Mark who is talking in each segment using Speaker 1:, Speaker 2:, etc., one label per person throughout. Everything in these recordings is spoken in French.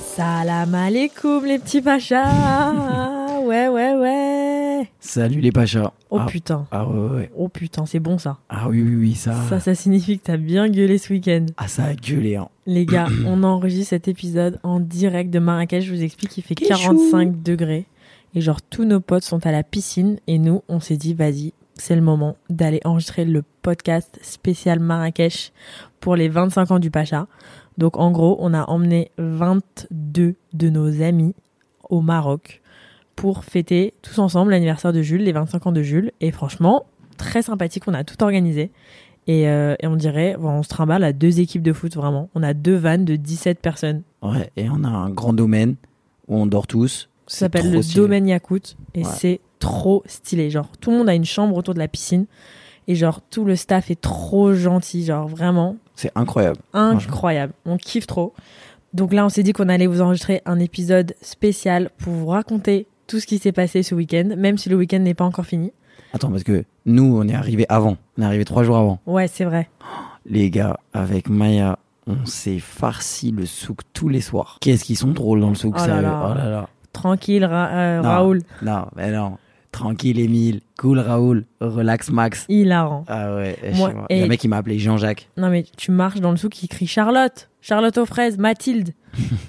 Speaker 1: Salam alaikum les petits pachas. Ouais, ouais, ouais.
Speaker 2: Salut les Pachas.
Speaker 1: Oh
Speaker 2: ah,
Speaker 1: putain.
Speaker 2: ah ouais, ouais.
Speaker 1: Oh putain, c'est bon ça.
Speaker 2: Ah oui, oui, oui, ça.
Speaker 1: Ça, ça signifie que t'as bien gueulé ce week-end.
Speaker 2: Ah, ça a gueulé. Hein.
Speaker 1: Les gars, on enregistre cet épisode en direct de Marrakech. Je vous explique, il fait
Speaker 2: Kéchou.
Speaker 1: 45 degrés. Et genre, tous nos potes sont à la piscine. Et nous, on s'est dit, vas-y, c'est le moment d'aller enregistrer le podcast spécial Marrakech pour les 25 ans du Pacha. Donc, en gros, on a emmené 22 de nos amis au Maroc pour fêter tous ensemble l'anniversaire de Jules, les 25 ans de Jules. Et franchement, très sympathique, on a tout organisé. Et, euh, et on dirait, bon, on se trimballe à deux équipes de foot, vraiment. On a deux vannes de 17 personnes.
Speaker 2: Ouais, et on a un grand domaine où on dort tous.
Speaker 1: Ça
Speaker 2: C'est
Speaker 1: s'appelle
Speaker 2: trop
Speaker 1: le
Speaker 2: stylé.
Speaker 1: domaine Yakout. Et
Speaker 2: Ouais.
Speaker 1: c'est trop stylé. Genre, tout le monde a une chambre autour de la piscine. Et genre, tout le staff est trop gentil. Genre, vraiment
Speaker 2: C'est incroyable.
Speaker 1: incroyable. On kiffe trop. Donc là, on s'est dit qu'on allait vous enregistrer un épisode spécial pour vous raconter tout ce qui s'est passé ce week-end, même si le week-end n'est pas encore fini.
Speaker 2: Attends, parce que nous, on est arrivé avant. On est arrivé trois jours avant.
Speaker 1: Ouais, c'est vrai.
Speaker 2: Les gars, avec Maya, on s'est farci le souk tous les soirs. Qu'est-ce qu'ils sont drôles dans le souk,
Speaker 1: Oh là
Speaker 2: sérieux.
Speaker 1: là.
Speaker 2: Oh là là.
Speaker 1: Tranquille, Ra- euh,
Speaker 2: Non.
Speaker 1: Raoul.
Speaker 2: Non, mais non. Tranquille, Emile. Cool, Raoul. Relax, Max.
Speaker 1: Hilarant.
Speaker 2: Ah ouais, je
Speaker 1: Moi,
Speaker 2: sais pas.
Speaker 1: et-
Speaker 2: Le mec, il m'a appelé Jean-Jacques.
Speaker 1: Non mais tu marches dans le souk qui crie Charlotte, Charlotte aux fraises, Mathilde,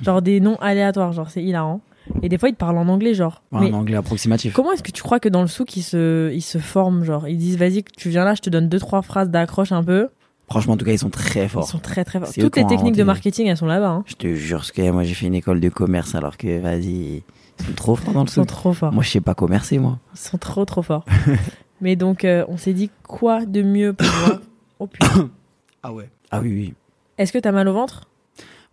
Speaker 1: genre des noms aléatoires, genre c'est hilarant. Et des fois ils te parlent en anglais genre.
Speaker 2: Enfin,
Speaker 1: mais
Speaker 2: Un anglais approximatif.
Speaker 1: comment est-ce que tu crois que dans le souk ils se ils se forment genre ils disent vas-y que tu viens là, je te donne deux trois phrases d'accroche un peu.
Speaker 2: Franchement, en tout cas, ils sont très
Speaker 1: Ils
Speaker 2: forts.
Speaker 1: sont très très forts.
Speaker 2: C'est eux
Speaker 1: Toutes
Speaker 2: qui
Speaker 1: les
Speaker 2: ont
Speaker 1: techniques
Speaker 2: inventé.
Speaker 1: de marketing elles sont là-bas. hein.
Speaker 2: Je te jure, parce que moi j'ai fait une école de commerce alors que vas-y, ils sont trop forts dans le
Speaker 1: Ils sont
Speaker 2: souk.
Speaker 1: trop forts.
Speaker 2: Moi je sais pas commercer moi.
Speaker 1: Ils sont trop trop forts. mais donc euh, on s'est dit quoi de mieux pour moi Oh putain.
Speaker 2: Ah ouais. Ah oui oui.
Speaker 1: Est-ce que t'as mal au ventre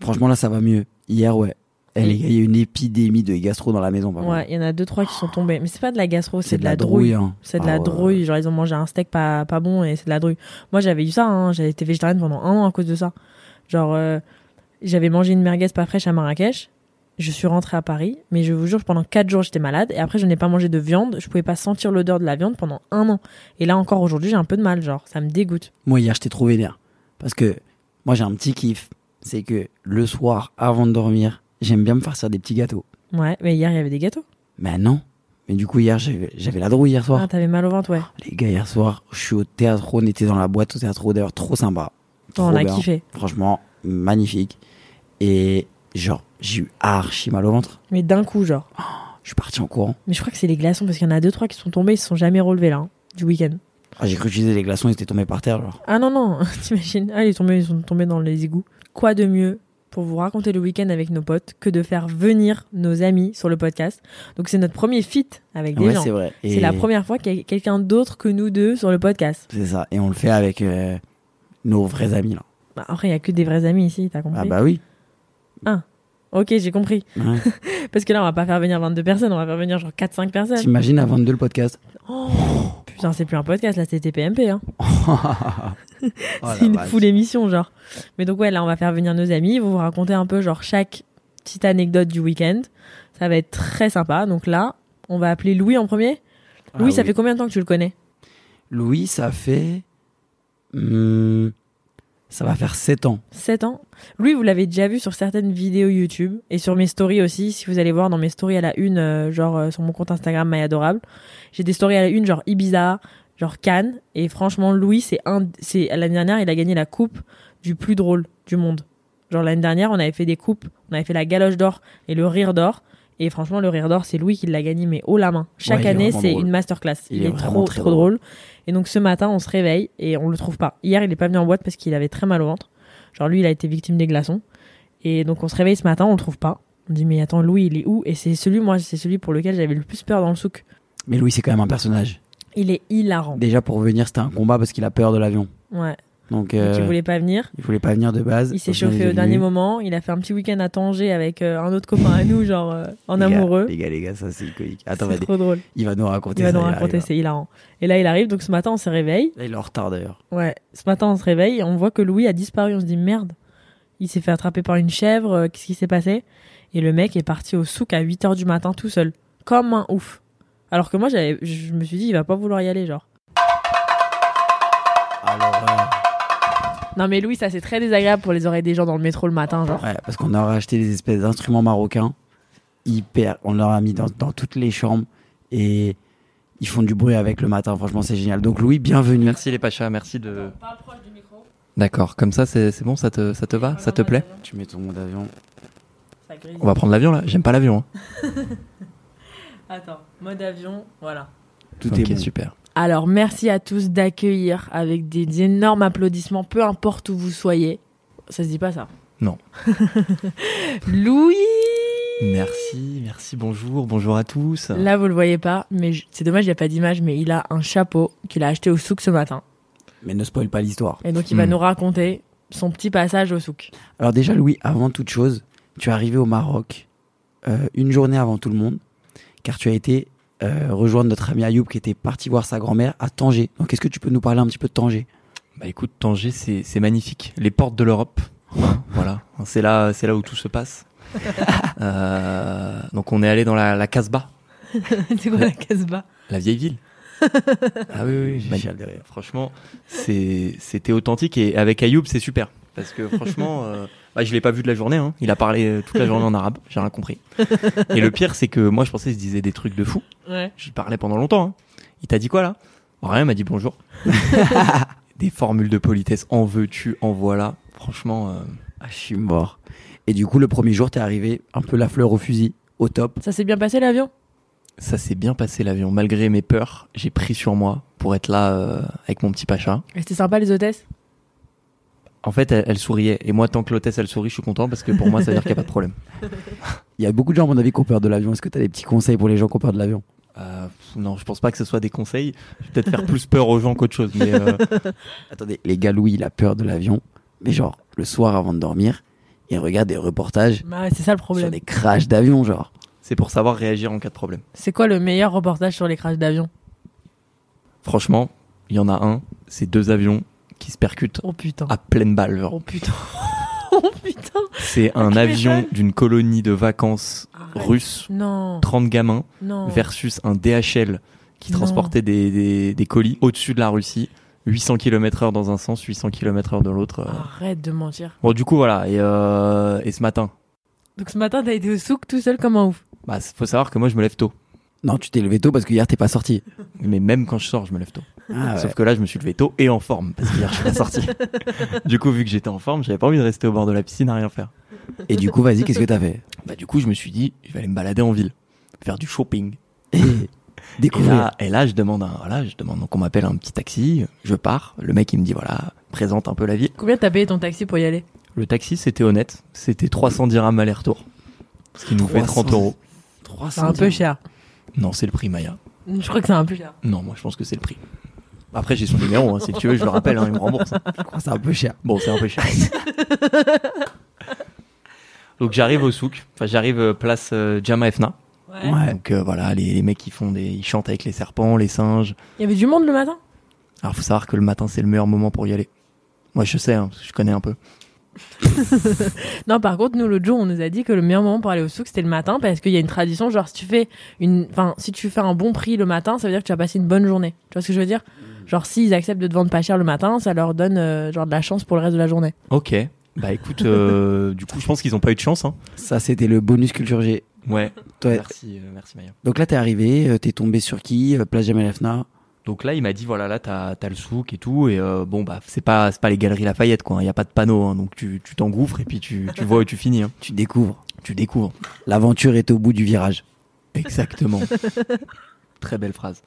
Speaker 2: Franchement là ça va mieux. Hier ouais. Eh, les gars, il y a une épidémie de gastro dans la maison par contre.
Speaker 1: Ouais, il y en a deux trois qui sont tombés, mais c'est pas de la gastro, c'est de, la
Speaker 2: drouille.
Speaker 1: drouille.
Speaker 2: hein.
Speaker 1: C'est de
Speaker 2: Ah
Speaker 1: la
Speaker 2: ouais.
Speaker 1: drouille, genre ils ont mangé un steak pas, pas bon et c'est de la drouille. Moi j'avais eu ça, hein, j'avais été végétarienne pendant un an à cause de ça. Genre euh, j'avais mangé une merguez pas fraîche à Marrakech, je suis rentrée à Paris, mais je vous jure pendant 4 jours j'étais malade et après je n'ai pas mangé de viande, je pouvais pas sentir l'odeur de la viande pendant un an. Et là encore aujourd'hui j'ai un peu de mal, genre ça me dégoûte.
Speaker 2: Moi hier j'étais trop vénère. Parce que moi j'ai un petit kiff. C'est que le soir avant de dormir, j'aime bien me faire ça des petits gâteaux.
Speaker 1: Ouais, mais hier il y avait des gâteaux.
Speaker 2: Mais non. Mais du coup hier j'avais j'avais la drouille hier soir.
Speaker 1: Ah t'avais mal au ventre, ouais.
Speaker 2: Les gars hier soir, je suis au théâtre, on était dans la boîte au théâtre, d'ailleurs trop sympa.
Speaker 1: Toi, on
Speaker 2: Trop
Speaker 1: a
Speaker 2: bien.
Speaker 1: kiffé.
Speaker 2: Franchement, magnifique. Et genre, j'ai eu archi mal au ventre.
Speaker 1: Mais d'un coup genre.
Speaker 2: Je suis parti en courant.
Speaker 1: Mais je crois que c'est les glaçons parce qu'il y en a deux trois qui sont tombés, ils se sont jamais relevés là, hein, du week-end.
Speaker 2: Ah, j'ai cru que j'utilisais les glaçons, ils étaient tombés par terre. Genre.
Speaker 1: Ah non, non, t'imagines Ah, ils sont, tombés, ils sont tombés dans les égouts. Quoi de mieux pour vous raconter le week-end avec nos potes que de faire venir nos amis sur le podcast Donc c'est notre premier feat avec des
Speaker 2: ouais,
Speaker 1: gens.
Speaker 2: c'est vrai. Et
Speaker 1: C'est la première fois qu'il y a quelqu'un d'autre que nous deux sur le podcast.
Speaker 2: C'est ça. Et on le fait avec euh, nos vrais amis. Là.
Speaker 1: Bah, après, il n'y a que des vrais amis ici, t'as compris
Speaker 2: Ah bah oui. Hein,
Speaker 1: Ok, j'ai compris.
Speaker 2: Ouais.
Speaker 1: Parce que là, on va pas faire venir 22 personnes, on va faire venir genre 4-5 personnes.
Speaker 2: T'imagines à 22 le podcast
Speaker 1: Oh, putain, c'est plus un podcast, là, c'est TPMP. Hein.
Speaker 2: Oh la
Speaker 1: c'est une
Speaker 2: vache.
Speaker 1: foule émission, genre. Mais donc, ouais, là, on va faire venir nos amis. Ils vont vous raconter un peu, genre, chaque petite anecdote du week-end. Ça va être très sympa. Donc là, on va appeler Louis en premier.
Speaker 2: Ah
Speaker 1: Louis, ça
Speaker 2: oui.
Speaker 1: fait combien de temps que tu le connais
Speaker 2: Louis, ça fait. Hmm, ça va faire 7 ans.
Speaker 1: 7 ans. Louis, vous l'avez déjà vu sur certaines vidéos YouTube et sur mes stories aussi. Si vous allez voir dans mes stories à la une, euh, genre euh, sur mon compte Instagram My Adorable, j'ai des stories à la une, genre Ibiza, genre Cannes. Et franchement, Louis, c'est un. c'est L'année dernière, il a gagné la coupe du plus drôle du monde. Genre l'année dernière, on avait fait des coupes, on avait fait la galoche d'or et le rire d'or. Et franchement, le rire d'or, c'est Louis qui l'a gagné, mais haut la main. Chaque
Speaker 2: Ouais, il est
Speaker 1: année,
Speaker 2: vraiment
Speaker 1: c'est
Speaker 2: drôle.
Speaker 1: une masterclass. Il,
Speaker 2: Il
Speaker 1: est,
Speaker 2: est
Speaker 1: trop,
Speaker 2: vraiment
Speaker 1: trop
Speaker 2: très
Speaker 1: drôle. Et donc ce matin, on se réveille et on le trouve pas. Hier, il est pas venu en boîte parce qu'il avait très mal au ventre. Genre lui, il a été victime des glaçons. Et donc on se réveille ce matin, on le trouve pas. On dit mais attends, Louis, il est où Et c'est celui, moi, c'est celui pour lequel j'avais le plus peur dans le souk.
Speaker 2: Mais Louis, c'est quand même un personnage.
Speaker 1: Il est hilarant.
Speaker 2: Déjà pour venir, c'était un combat parce qu'il a peur de l'avion.
Speaker 1: Ouais.
Speaker 2: Donc,
Speaker 1: Donc,
Speaker 2: euh,
Speaker 1: il voulait pas venir.
Speaker 2: il voulait pas venir de base.
Speaker 1: Il s'est
Speaker 2: Au final,
Speaker 1: chauffé
Speaker 2: est
Speaker 1: au dernier
Speaker 2: venu.
Speaker 1: moment. Il a fait un petit week-end à Tanger avec euh, un autre copain à nous, genre euh, en
Speaker 2: Les gars,
Speaker 1: amoureux.
Speaker 2: Les gars, les gars, ça c'est iconique. Attends,
Speaker 1: C'est
Speaker 2: vas-y.
Speaker 1: trop drôle.
Speaker 2: il va nous raconter
Speaker 1: Il va
Speaker 2: ça,
Speaker 1: nous
Speaker 2: arrive,
Speaker 1: raconter,
Speaker 2: là.
Speaker 1: c'est hilarant. Et là, il arrive. Donc ce matin, on se réveille.
Speaker 2: Là, il est en retard d'ailleurs.
Speaker 1: Ouais, ce matin on se réveille, et on voit que Louis a disparu, on se dit merde, il s'est fait attraper par une chèvre, euh, qu'est-ce qui s'est passé Et le mec est parti au souk à 8h du matin tout seul, comme un ouf. Alors que moi j'avais, je
Speaker 2: euh,
Speaker 1: me suis dit il va pas vouloir y aller genre.
Speaker 2: Alors,
Speaker 1: Non, mais Louis, ça c'est très désagréable pour les oreilles des gens dans le métro le matin, genre.
Speaker 2: Ouais, parce qu'on leur a acheté des espèces d'instruments marocains hyper. On leur a mis dans, dans toutes les chambres et ils font du bruit avec le matin. Franchement, c'est génial. Donc, Louis, bienvenue.
Speaker 3: Merci les Pachas, merci de.
Speaker 1: Pas proche du micro.
Speaker 3: D'accord, comme ça c'est c'est bon, ça te, ça te va, Ah, ça te plaît
Speaker 2: Tu mets ton monde d'avion.
Speaker 1: Ça grise.
Speaker 3: On va prendre l'avion là, j'aime pas l'avion. hein.
Speaker 1: Attends, mode avion, voilà.
Speaker 2: Tout
Speaker 3: Ok,
Speaker 2: est bon.
Speaker 3: super.
Speaker 1: Alors, merci à tous d'accueillir avec des énormes applaudissements, peu importe où vous soyez. Ça se dit pas ça
Speaker 3: Non.
Speaker 1: Louis
Speaker 3: Merci, merci, bonjour, bonjour à tous.
Speaker 1: Là, vous le voyez pas, mais je- c'est dommage, il n'y a pas d'image, mais il a un chapeau qu'il a acheté au souk ce matin.
Speaker 2: Mais ne spoil pas l'histoire.
Speaker 1: Et donc, il va
Speaker 3: Hmm.
Speaker 1: nous raconter son petit passage au souk.
Speaker 2: Alors déjà, Louis, avant toute chose, tu es arrivé au Maroc euh, une journée avant tout le monde, car tu as été euh, rejoindre notre ami Ayoub qui était parti voir sa grand-mère à Tanger. Donc est-ce que tu peux nous parler un petit peu de Tanger
Speaker 3: Bah écoute, Tanger, c'est c'est magnifique. Les portes de l'Europe. voilà, c'est là, c'est là où tout se passe. Euh, donc on est allé dans la, la Casbah,
Speaker 1: c'est quoi la casbah
Speaker 3: la vieille ville. ah oui, oui,
Speaker 2: J'ai
Speaker 3: oui.
Speaker 2: chialé derrière.
Speaker 3: Franchement, c'est- c'était authentique et avec Ayoub, c'est super. Parce que franchement, euh, bah, je l'ai pas vu de la journée. hein. Il a parlé euh, toute la journée en arabe, j'ai rien compris. Et le pire, c'est que moi, je pensais qu'il se disait des trucs de fou.
Speaker 1: Ouais.
Speaker 3: Je lui parlais pendant longtemps. hein. Il t'a dit quoi là Rien, il m'a dit bonjour. des formules de politesse, en veux-tu, en voilà. Franchement, euh,
Speaker 2: Ah, je suis mort. Et du coup, le premier jour, t'es arrivé un peu la fleur au fusil, au top.
Speaker 1: Ça s'est bien passé l'avion
Speaker 3: ça s'est bien passé l'avion. Malgré mes peurs, j'ai pris sur moi pour être là euh, avec mon petit pacha.
Speaker 1: Et C'était sympa les hôtesses
Speaker 3: En fait, elle, elle souriait. Et moi, tant que l'hôtesse, elle sourit, je suis content parce que pour moi, ça veut dire qu'il n'y a pas de problème.
Speaker 2: Il y a beaucoup de gens, à mon avis, qui ont peur de l'avion. Est-ce que t'as des petits conseils pour les gens qui ont peur de l'avion
Speaker 3: Euh, pff, non, je pense pas que ce soit des conseils. Je vais peut-être faire plus peur aux gens qu'autre chose. Mais euh,
Speaker 2: Attendez, les gars, Louis, il a peur de l'avion. Mais genre, le soir, avant de dormir, il regarde des reportages
Speaker 1: Bah, ouais, C'est ça le
Speaker 2: sur
Speaker 1: problème.
Speaker 2: des crashs d'avion, genre.
Speaker 3: c'est pour savoir réagir en cas de problème.
Speaker 1: C'est quoi le meilleur reportage sur les crashs d'avion
Speaker 3: Franchement, il y en a un. C'est deux avions qui se percutent
Speaker 1: Oh putain.
Speaker 3: à pleine balle. genre.
Speaker 1: Oh putain. oh putain.
Speaker 3: C'est un
Speaker 1: tu
Speaker 3: avion
Speaker 1: m'étonnes.
Speaker 3: d'une colonie de vacances russe,
Speaker 1: Non.
Speaker 3: 30 gamins,
Speaker 1: Non.
Speaker 3: versus un DHL qui
Speaker 1: Non.
Speaker 3: transportait des, des- des colis au-dessus de la Russie. 800 km/h dans un sens, 800 km/h dans l'autre. euh.
Speaker 2: Ah.
Speaker 1: Arrête de mentir.
Speaker 3: Bon, du coup, voilà. Et, euh, et ce matin,
Speaker 1: Donc ce matin, t'as été au souk tout seul comme un ouf.
Speaker 3: bah, faut savoir que moi, je me lève tôt.
Speaker 2: Non, tu t'es levé tôt parce que hier, t'es pas sorti.
Speaker 3: Mais même quand je sors, je me lève tôt.
Speaker 2: Ah, ouais.
Speaker 3: Sauf que là, je me suis levé tôt et en forme parce qu'hier, je suis pas sorti. du coup, vu que j'étais en forme, j'avais pas envie de rester au bord de la piscine à rien faire.
Speaker 2: Et du coup, vas-y, qu'est-ce que t'as fait
Speaker 3: Bah, du coup, je me suis dit, je vais aller me balader en ville, faire du shopping.
Speaker 2: Et
Speaker 3: Et
Speaker 2: découvrir.
Speaker 3: là, et là, je demande, un, voilà, je demande qu'on m'appelle un petit taxi. Je pars. Le mec, il me dit, voilà, présente un peu la ville.
Speaker 1: Combien t'as payé ton taxi pour y aller Bah,
Speaker 3: Le taxi, c'était honnête. C'était 300 dirhams aller-retour. Ce qui nous fait 30 euros.
Speaker 2: 300
Speaker 1: C'est un peu cher.
Speaker 3: Non, c'est le prix, Maya.
Speaker 1: Je crois que c'est un peu cher.
Speaker 3: Non, moi, je pense que c'est le prix. Après, j'ai son numéro, hein, si tu veux, je le rappelle, hein, il me rembourse. hein.
Speaker 2: Je crois que c'est un peu cher.
Speaker 3: Bon, c'est un peu cher. Donc j'arrive au souk, enfin j'arrive euh, place euh, Jama Efna.
Speaker 2: Ouais.
Speaker 3: Donc euh, voilà, les, les mecs qui font des, ils chantent avec les serpents, les singes.
Speaker 1: Il y avait du monde le matin
Speaker 3: Alors faut savoir que le matin c'est le meilleur moment pour y aller. Moi je sais, hein, parce que je connais un peu.
Speaker 1: Non, par contre, nous, l'autre jour, on nous a dit que le meilleur moment pour aller au souk, c'était le matin, parce qu'il y a une tradition, genre, si tu fais une, enfin, si tu fais un bon prix le matin, ça veut dire que tu as passé une bonne journée. Tu vois ce que je veux dire?
Speaker 3: Mm.
Speaker 1: Genre, s'ils acceptent de te vendre pas cher le matin, ça leur donne, euh, genre, de la chance pour le reste de la journée.
Speaker 3: Ok. Bah écoute, euh, du coup je pense qu'ils ont pas eu de chance. Hein.
Speaker 2: Ça, c'était le bonus culture G.
Speaker 3: Ouais.
Speaker 2: Toi,
Speaker 3: Merci, euh, merci Maya.
Speaker 2: donc là, t'es arrivé, euh, t'es tombé sur qui Euh, Place Jamel Afna.
Speaker 3: Donc là il m'a dit voilà là t'as t'as le souk et tout et euh, bon bah c'est pas c'est pas les galeries Lafayette quoi. Il y a pas de panneau, hein, donc tu tu t'engouffres et puis tu tu vois où tu finis. hein.
Speaker 2: Tu découvres.
Speaker 3: Tu découvres.
Speaker 2: L'aventure est au bout du virage.
Speaker 3: Exactement. Très belle phrase.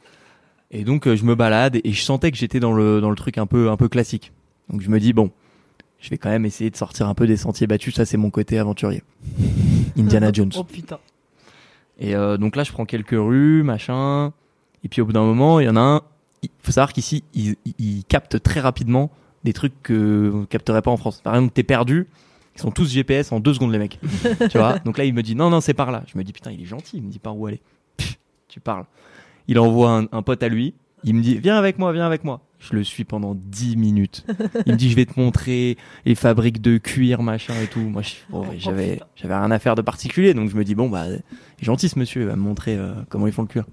Speaker 3: Et donc euh, je me balade et je sentais que j'étais dans le dans le truc un peu un peu classique. Donc je me dis bon, je vais quand même essayer de sortir un peu des sentiers battus. Ça c'est mon côté aventurier. Indiana Jones.
Speaker 1: Oh putain.
Speaker 3: Et euh, donc là je prends quelques rues machin. Et puis au bout d'un moment il y en a un. Il faut savoir qu'ici ils ils- ils captent très rapidement des trucs que on capterait pas en France. Par exemple t'es perdu. Ils sont tous GPS en deux secondes les mecs. tu vois. Donc là il me dit non non c'est par là. Je me dis putain il est gentil. Il me dit par où aller tu parles. Il envoie un, un pote à lui Il me dit, viens avec moi, viens avec moi. Je le suis pendant 10 minutes. Il me dit, je vais te montrer les fabriques de cuir, machin et tout. Moi, je- bon, ouais, j'avais, j'avais rien à faire de particulier. Donc, je me dis, bon, bah, il est gentil ce monsieur, il va me montrer euh, comment ils font le cuir.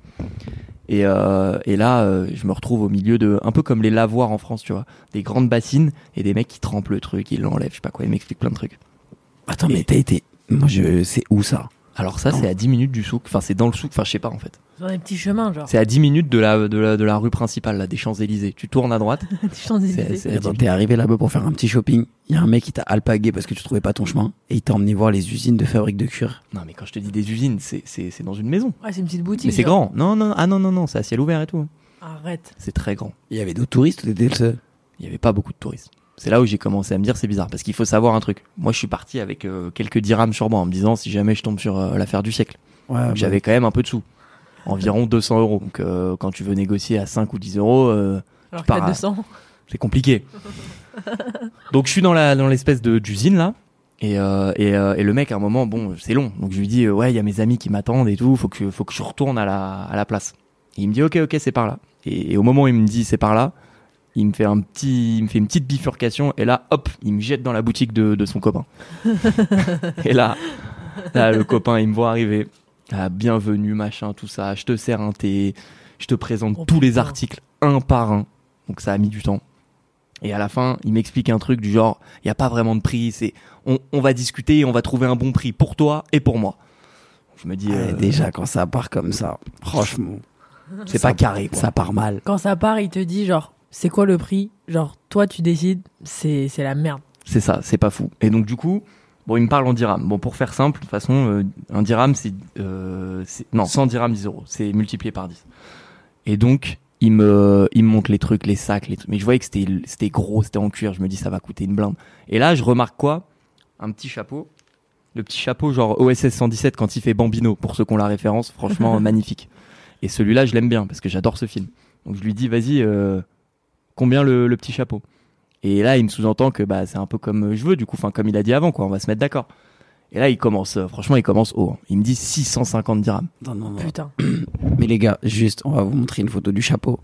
Speaker 3: Et, euh, et là, euh, je me retrouve au milieu de, un peu comme les lavoirs en France, tu vois, des grandes bassines et des mecs qui trempent le truc, ils l'enlèvent, je sais pas quoi, ils m'expliquent plein de trucs.
Speaker 2: Attends, mais t'as été. Moi, je sais où ça.
Speaker 3: Alors ça,
Speaker 2: Non.
Speaker 3: c'est à 10 minutes du souk, enfin c'est dans le souk, enfin je sais pas en fait.
Speaker 1: Dans les petits chemins, genre.
Speaker 3: C'est à 10 minutes de la, de la, de la rue principale, là, des Champs-Élysées. Tu tournes à droite,
Speaker 1: Des Champs-Élysées.
Speaker 3: c'est- c'est-
Speaker 2: Attends, t'es arrivé là-bas pour faire un petit shopping. Il y a un mec qui t'a alpagué parce que tu trouvais pas ton chemin et il t'a emmené voir les usines de fabrique de cuir.
Speaker 3: non mais quand je te dis des usines, c'est- c'est c'est dans une maison.
Speaker 1: Ouais, c'est une petite boutique.
Speaker 3: Mais c'est
Speaker 1: genre.
Speaker 3: grand. Non, non, ah non, non, non, c'est à ciel ouvert et tout.
Speaker 1: Arrête.
Speaker 3: C'est très grand.
Speaker 2: Il y avait d'autres touristes ou t'étais le seul
Speaker 3: Il n'y avait pas beaucoup de touristes. C'est là où j'ai commencé à me dire c'est bizarre parce qu'il faut savoir un truc. Moi je suis parti avec euh, quelques dirhams sur moi en me disant si jamais je tombe sur euh, l'affaire du siècle.
Speaker 2: Ouais,
Speaker 3: Donc, J'avais quand même un peu de sous. Environ 200 euros. Donc euh, quand tu veux négocier à 5 ou 10 euros, euh,
Speaker 1: Alors que
Speaker 3: pars
Speaker 1: t'as
Speaker 3: à-
Speaker 1: 200.
Speaker 3: C'est compliqué. donc je suis dans la dans l'espèce de d'usine là. Et, euh, et, euh, et le mec à un moment bon c'est long donc je lui dis euh, ouais il y a mes amis qui m'attendent et tout faut que faut que je retourne à la à la place et il me dit ok ok c'est par là et, et au moment où il me dit c'est par là il me fait un petit il me fait une petite bifurcation et là hop il me jette dans la boutique de, de son copain et là là le copain il me voit arriver ah, bienvenue machin tout ça je te sers un thé je te présente
Speaker 1: Oh,
Speaker 3: tous les
Speaker 1: putain.
Speaker 3: articles un par un donc ça a mis du temps et à la fin, il m'explique un truc du genre, il n'y a pas vraiment de prix, c'est on, on va discuter et on va trouver un bon prix pour toi et pour moi. Je me dis,
Speaker 2: Ouais,
Speaker 3: euh,
Speaker 2: Déjà, quand ça part comme ça, franchement,
Speaker 3: c'est
Speaker 2: ça-
Speaker 3: pas carré. Quoi.
Speaker 2: ça part mal.
Speaker 1: Quand ça part, il te dit genre, c'est quoi le prix Genre, toi, tu décides, c'est c'est la merde.
Speaker 3: C'est ça, c'est pas fou. Et donc du coup, bon, il me parle en dirham. Bon, pour faire simple, de toute façon, euh, un dirham, c'est... euh, c'est- non, 100 dirhams, 10 euros. C'est multiplié par 10. Et donc, il me, il me montre les trucs, les sacs, les trucs. Mais je voyais que c'était, c'était gros, c'était en cuir. Je me dis, ça va coûter une blinde. Et là, je remarque quoi Un petit chapeau. Le petit chapeau genre OSS 117 quand il fait Bambino, pour ceux qui ont la référence, franchement magnifique. Et celui-là, je l'aime bien parce que j'adore ce film. Donc je lui dis, vas-y, euh, combien le, le petit chapeau Et là, il me sous-entend que bah, c'est un peu comme je veux, du coup, enfin, comme il a dit avant, quoi, on va se mettre d'accord. Et là, il commence, euh, franchement, il commence haut. hein. Il me dit 650 dirhams.
Speaker 2: Non, non, non.
Speaker 1: Putain.
Speaker 2: Mais les gars, juste, on va vous montrer une photo du chapeau.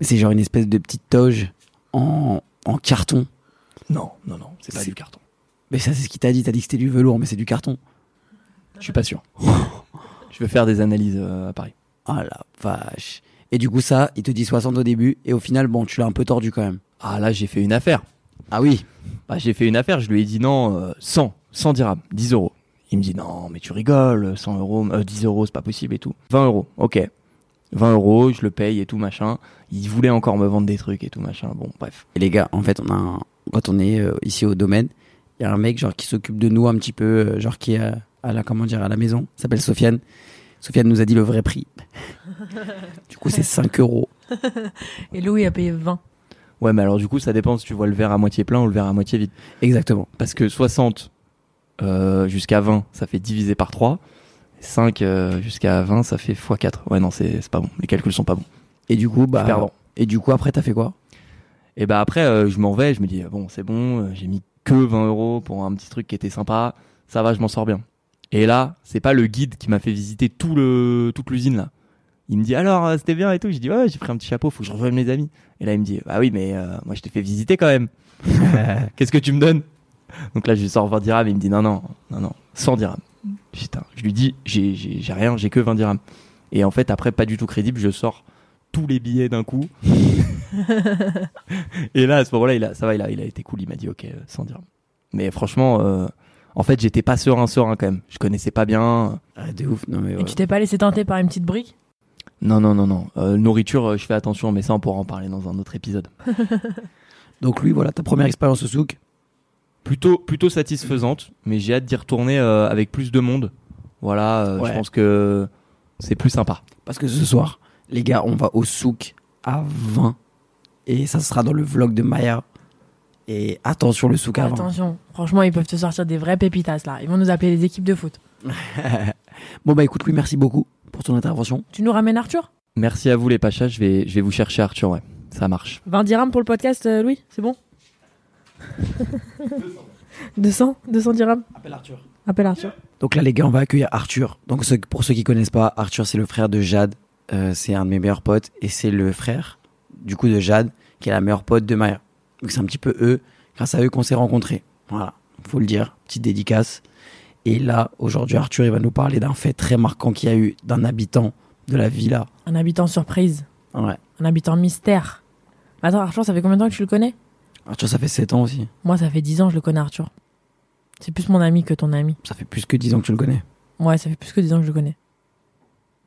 Speaker 2: Mais C'est genre une espèce de petite toge en, en carton.
Speaker 3: Non, non, non, c'est pas
Speaker 2: C'est-
Speaker 3: du carton.
Speaker 2: Mais ça, c'est ce qu'il t'a dit. T'as dit que c'était du velours, mais c'est du carton.
Speaker 3: Je suis pas sûr. je veux faire des analyses euh, à Paris.
Speaker 2: Ah la vache. Et du coup, ça, il te dit 60 au début. Et au final, bon, tu l'as un peu tordu quand même.
Speaker 3: Ah là, j'ai fait une affaire.
Speaker 2: Ah oui.
Speaker 3: Bah, j'ai fait une affaire, je lui ai dit non, euh, 100, 100 dirhams, 10 euros. Il me dit non, mais tu rigoles, 100 euros, euh, 10 euros, c'est pas possible et tout. 20 euros, ok. 20 euros, je le paye et tout, machin. Il voulait encore me vendre des trucs et tout, machin. Bon, bref.
Speaker 2: Et les gars, en fait, on a un- quand on est euh, ici au domaine, il y a un mec genre qui s'occupe de nous un petit peu, euh, genre qui est à, à la comment dire à la maison. Il S'appelle Sofiane. Sofiane nous a dit le vrai prix. du coup, c'est 5 euros.
Speaker 1: Et Louis a payé 20.
Speaker 3: Ouais, mais alors du coup, ça dépend si tu vois le verre à moitié plein ou le verre à moitié vide.
Speaker 2: Exactement.
Speaker 3: Parce que 60 euh, jusqu'à 20, ça fait divisé par 3. 5 euh, jusqu'à 20, ça fait x 4. Ouais, non, c'est c'est pas bon. Les calculs sont pas bons.
Speaker 2: Et du coup, bah.
Speaker 3: perdant.
Speaker 2: Et du coup, après, t'as fait quoi
Speaker 3: Et bah après, euh, je m'en vais, je me dis, euh, bon, c'est bon, euh, j'ai mis que 20 euros pour un petit truc qui était sympa, ça va, je m'en sors bien. Et là, c'est pas le guide qui m'a fait visiter tout le, toute l'usine là. Il me dit, alors, euh, c'était bien et tout. Je dis, ouais, j'ai pris un petit chapeau, faut que je rejoigne mes amis. Et là, il me dit, bah oui, mais euh, moi, je t'ai fait visiter quand même. Qu'est-ce que tu me donnes Donc là, je lui sors 20 dirhams, il me dit, non, non, non, non, 100 dirhams. Putain, je lui dis, j'ai j'ai- j'ai rien, j'ai que 20 dirhams. Et en fait, après, pas du tout crédible, je sors tous les billets d'un coup. Et là, à ce moment-là, il a, ça va, il a, il a été cool. Il m'a dit, ok, euh, 100 dirhams. Mais franchement, euh, en fait, j'étais pas serein, serein quand même. Je connaissais pas bien.
Speaker 2: Ah, de ouf. Non mais.
Speaker 1: Et
Speaker 2: ouais.
Speaker 1: tu t'es pas laissé tenter par une petite brique
Speaker 3: Non, non, non, non. Euh, nourriture, euh, je fais attention, mais ça, on pourra en parler dans un autre épisode.
Speaker 2: Donc lui, voilà, ta première expérience au souk.
Speaker 3: Plutôt, plutôt satisfaisante, mais j'ai hâte d'y retourner euh, avec plus de monde. Voilà, euh,
Speaker 2: Ouais.
Speaker 3: je pense que c'est plus sympa.
Speaker 2: Parce que ce soir, les gars, on va au souk à 20. Et ça sera dans le vlog de Maya. Et attention, le souk à 20.
Speaker 1: Attention, franchement, ils peuvent te sortir des vrais pépitas là. Ils vont nous appeler les équipes de foot.
Speaker 2: Bon bah écoute Louis, merci beaucoup pour ton intervention.
Speaker 1: Tu nous ramènes Arthur
Speaker 3: Merci à vous, les Pachas. Je vais, je vais vous chercher Arthur, ouais. Ça marche.
Speaker 1: 20 dirhams pour le podcast, euh, Louis C'est bon 200 200 dirhams
Speaker 2: Appelle Arthur.
Speaker 1: Appelle Arthur.
Speaker 2: Donc là les gars, on va accueillir Arthur. Donc ceux- pour ceux qui connaissent pas, Arthur c'est le frère de Jade. Euh, c'est un de mes meilleurs potes et c'est le frère du coup de Jade, qui est la meilleure pote de Maya. Donc c'est un petit peu eux, grâce à eux qu'on s'est rencontrés. Voilà, faut le dire, petite dédicace. Et là, aujourd'hui, Arthur, il va nous parler d'un fait très marquant qu'il y a eu d'un habitant de la villa.
Speaker 1: Un habitant surprise,
Speaker 2: Ouais.
Speaker 1: un habitant mystère. Attends, Arthur, ça fait combien de temps que tu le connais
Speaker 2: Arthur, ça fait 7 ans aussi.
Speaker 1: Moi, ça fait 10 ans que je le connais, Arthur. C'est plus mon ami que ton ami.
Speaker 2: Ça fait plus que 10 ans que tu le connais.
Speaker 1: Ouais, ça fait plus que 10 ans que je le connais.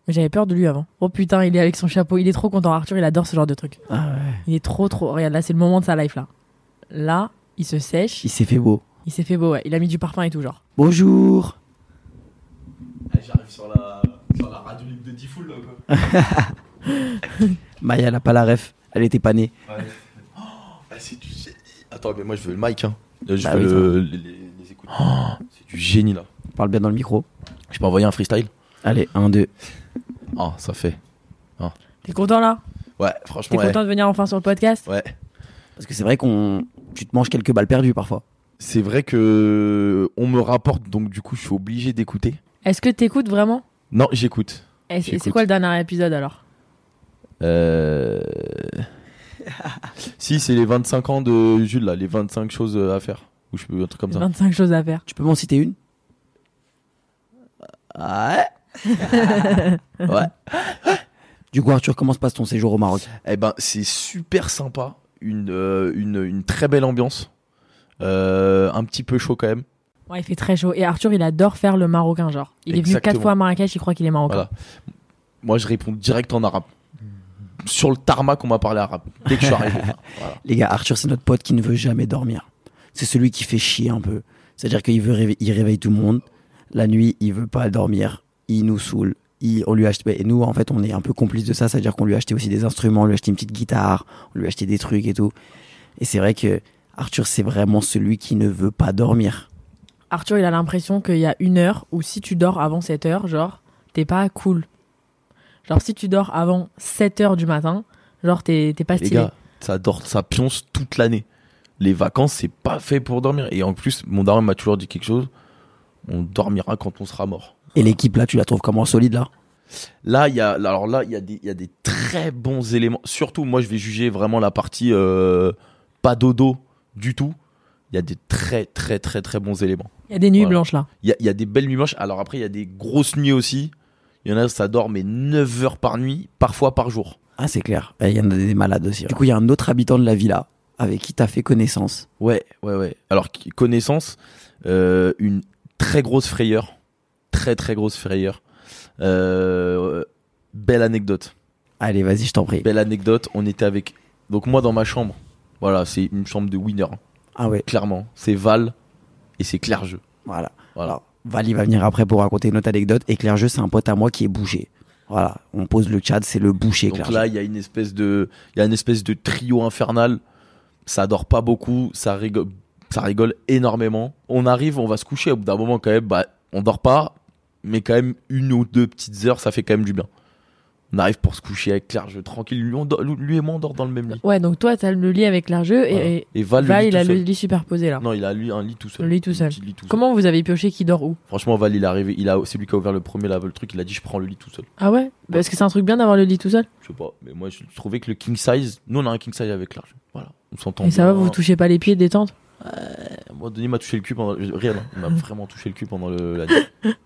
Speaker 1: Mais J'avais peur de lui avant. Oh putain, il est avec son chapeau. Il est trop content. Arthur, il adore ce genre de truc.
Speaker 2: Ah ouais.
Speaker 1: Il est trop, trop. Regarde, là, c'est le moment de sa life, là. Là, il se sèche.
Speaker 2: Il s'est fait beau.
Speaker 1: Il s'est fait beau, ouais. Il a mis du parfum et tout, genre.
Speaker 2: Bonjour
Speaker 4: Allez, j'arrive sur la, sur la radio libre de Diffoul là quoi.
Speaker 2: Maya, elle a pas la ref. Elle était pas née.
Speaker 4: Ouais. Oh, bah, c'est du génie. Attends, mais moi je veux le mic hein. Euh, Je
Speaker 2: Bah
Speaker 4: veux
Speaker 2: oui,
Speaker 4: le- les, les- les écoutes. c'est du génie là.
Speaker 2: Parle bien dans le micro.
Speaker 4: Oh. Je peux envoyer un freestyle
Speaker 2: Allez, 1, 2.
Speaker 4: Ah, ça fait.
Speaker 1: T'es content, là
Speaker 4: Ouais,
Speaker 1: T'es
Speaker 4: franchement, ouais.
Speaker 1: content de venir enfin sur le podcast
Speaker 4: Ouais.
Speaker 2: Parce que c'est vrai qu'on. Tu te manges quelques balles perdues parfois.
Speaker 4: C'est vrai que on me rapporte, donc du coup je suis obligé d'écouter.
Speaker 1: Est-ce que t'écoutes vraiment
Speaker 4: Non, j'écoute.
Speaker 1: Et c'est- C'est
Speaker 4: J'écoute.
Speaker 1: quoi le dernier épisode, alors
Speaker 4: Euh... si, c'est les 25 ans de Jules là, les 25 choses à faire. Ou je peux un truc comme ça.
Speaker 1: 25 choses à faire.
Speaker 2: Tu peux m'en citer une
Speaker 4: Ouais. ouais.
Speaker 2: Du coup, Arthur, comment se passe ton séjour au Maroc
Speaker 4: Eh ben, c'est super sympa, une, euh, une, une très belle ambiance, Euh, un petit peu chaud quand même.
Speaker 1: Ouais, il fait très chaud. Et Arthur, il adore faire le marocain, genre. Il est venu
Speaker 4: Exactement.
Speaker 1: 4 fois à Marrakech, il croit qu'il est marocain.
Speaker 4: Voilà. Moi, je réponds direct en arabe. Sur le tarmac, on m'a parlé arabe dès que je suis arrivé. Voilà.
Speaker 2: Les gars, Arthur, c'est notre pote qui ne veut jamais dormir. C'est celui qui fait chier un peu. C'est-à-dire qu'il veut réve- il réveille tout le monde. La nuit, il veut pas dormir. Il nous saoule. Il, on lui achète. Et nous, en fait, on est un peu complices de ça. C'est-à-dire qu'on lui a acheté aussi des instruments, on lui a acheté une petite guitare, on lui a acheté des trucs et tout. Et c'est vrai que Arthur, c'est vraiment celui qui ne veut pas dormir.
Speaker 1: Arthur, il a l'impression qu'il y a une heure où si tu dors avant 7 heures, genre, t'es pas cool. Genre, si tu dors avant 7 heures du matin, genre, t'es t'es pas
Speaker 4: Les
Speaker 1: stylé.
Speaker 4: gars, ça dort, ça pionce toute l'année. Les vacances, c'est pas fait pour dormir. Et en plus, mon daron m'a toujours dit quelque chose. On dormira quand on sera mort.
Speaker 2: Et l'équipe, là, tu la trouves comment solide, là
Speaker 4: Là, il y a, alors là, il y, a des- il y a des très bons éléments. Surtout, moi, je vais juger vraiment la partie euh, pas dodo du tout. Il y a des très, très, très, très bons éléments.
Speaker 1: Il y a des nuits
Speaker 4: Voilà.
Speaker 1: blanches là.
Speaker 4: Il y a, il y a des belles nuits blanches. Alors après, il y a des grosses nuits aussi. Il y en a, ça dort, mais 9 heures par nuit, parfois par jour.
Speaker 2: Ah, c'est clair. Et Il y en a des malades aussi. hein. Du coup, il y a un autre habitant de la villa avec qui t'as fait connaissance.
Speaker 4: Ouais, ouais, ouais. Alors, qui- connaissance, euh, une très grosse frayeur. Très, très grosse frayeur. Euh, belle anecdote.
Speaker 2: Allez, vas-y, je t'en prie.
Speaker 4: Belle anecdote, on était avec. Donc, moi, dans ma chambre, voilà, c'est une chambre de winner, hein,
Speaker 2: Ah ouais,
Speaker 4: clairement. C'est Val et c'est Claire Jeu.
Speaker 2: voilà.
Speaker 4: Voilà.
Speaker 2: Alors, Vali va venir après pour raconter une autre anecdote. Et Clairgeux, c'est un pote à moi qui est bouché. Voilà, on pose le tchad, c'est le boucher,
Speaker 4: Donc
Speaker 2: Clairgeux.
Speaker 4: là, il y a une espèce de, il y a une espèce de trio infernal. Ça dort pas beaucoup, ça rigole, ça rigole énormément. On arrive, on va se coucher. Au bout d'un moment, quand même, bah, on dort pas, mais quand même une ou deux petites heures, ça fait quand même du bien. On arrive pour se coucher avec Claire Jeu tranquille. Lui, on dort- lui et moi, on dort dans le même lit.
Speaker 1: Ouais, donc toi, t'as le lit avec l'argeux
Speaker 4: Voilà.
Speaker 1: et,
Speaker 4: Et Val,
Speaker 1: et
Speaker 4: le
Speaker 1: Val,
Speaker 4: lit
Speaker 1: il
Speaker 4: tout
Speaker 1: a le
Speaker 4: seul.
Speaker 1: lit superposé là.
Speaker 4: Non, il a lui un lit tout seul.
Speaker 1: Le lit tout
Speaker 4: Un
Speaker 1: seul.
Speaker 4: petit lit tout seul.
Speaker 1: Comment vous avez pioché qui dort où
Speaker 4: Franchement, Val, il est arrivé, il a, c'est lui qui a ouvert le premier là, le truc, il a dit je prends le lit tout seul.
Speaker 1: Ah ouais Parce que c'est un truc bien d'avoir le lit tout seul.
Speaker 4: Je sais pas, mais moi je trouvais que le king size, nous on a un king size avec large. Voilà, on s'entend.
Speaker 1: Et ça va,
Speaker 4: bien.
Speaker 1: vous vous touchez pas les pieds des tentes
Speaker 4: Ah, Moi, Denis m'a touché le cul pendant. Rien, hein. il m'a vraiment touché le cul pendant le, la nuit.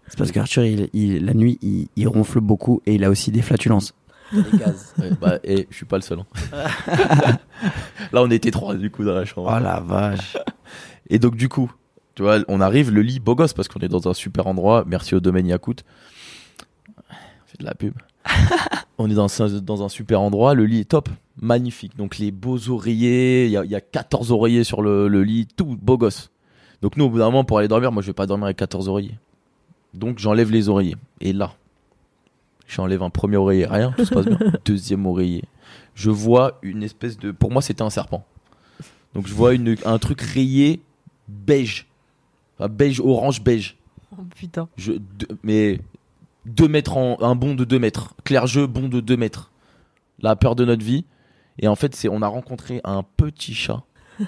Speaker 2: C'est parce qu'Arthur, il, il- la nuit, il, il ronfle beaucoup et il a aussi des flatulences.
Speaker 4: Ouais, bah, et je suis pas le seul. hein. là, on était trois du coup dans la chambre.
Speaker 2: Oh la vache.
Speaker 4: Et donc, du coup, tu vois, on arrive, le lit beau gosse parce qu'on est dans un super endroit. Merci au domaine Yakout. Fait de la pub. on est dans un, dans un super endroit, le lit est top, magnifique. Donc, les beaux oreillers, il y a, il y a 14 oreillers sur le, le lit, tout beau gosse. Donc, nous, au bout d'un moment, pour aller dormir, moi, je vais pas dormir avec 14 oreillers. Donc, j'enlève les oreillers. Et là, j'enlève un premier oreiller, rien, tout se passe bien. Deuxième oreiller. Je vois une espèce de. Pour moi, c'était un serpent. Donc, je vois une, un truc rayé beige. Enfin, beige, orange, beige.
Speaker 1: Oh putain.
Speaker 4: Je, deux- mais 2 mètres en, un bond de 2 mètres. Clair jeu, bond de 2 mètres. La peur de notre vie. Et en fait, c'est, on a rencontré un petit chat.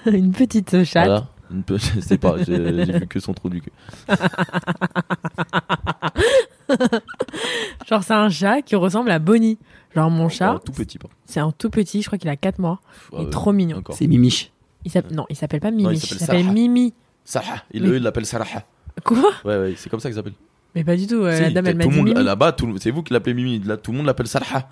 Speaker 1: Une petite chatte.
Speaker 4: Voilà. Une pe- je sais pas, j'ai, j'ai vu que son trou du cul.
Speaker 1: Genre, c'est un chat qui ressemble à Bonnie. Genre mon
Speaker 4: Oh,
Speaker 1: chat,
Speaker 4: tout petit. pardon.
Speaker 1: c'est un tout petit, je crois qu'il a 4 mois.
Speaker 4: Ah
Speaker 1: il est
Speaker 4: ouais,
Speaker 1: trop mignon.
Speaker 4: Encore.
Speaker 2: C'est Mimiche.
Speaker 1: Il s'appelle- non, il s'appelle pas Mimi,
Speaker 4: Non, il
Speaker 1: il
Speaker 4: s'appelle
Speaker 1: s'appelle
Speaker 4: Sarah.
Speaker 1: Mimi.
Speaker 4: Sarah. Il
Speaker 1: Oui.
Speaker 4: eux, ils l'appellent Sarah.
Speaker 1: Quoi
Speaker 4: Ouais, ouais, c'est comme ça qu'ils s'appellent.
Speaker 1: Mais pas du tout, euh,
Speaker 4: Si,
Speaker 1: la dame elle
Speaker 4: tout
Speaker 1: m'a
Speaker 4: le
Speaker 1: dit
Speaker 4: monde-
Speaker 1: Mimi.
Speaker 4: Là-bas, tout le- c'est vous qui l'appelez Mimi. Là, tout le monde l'appelle Sarah.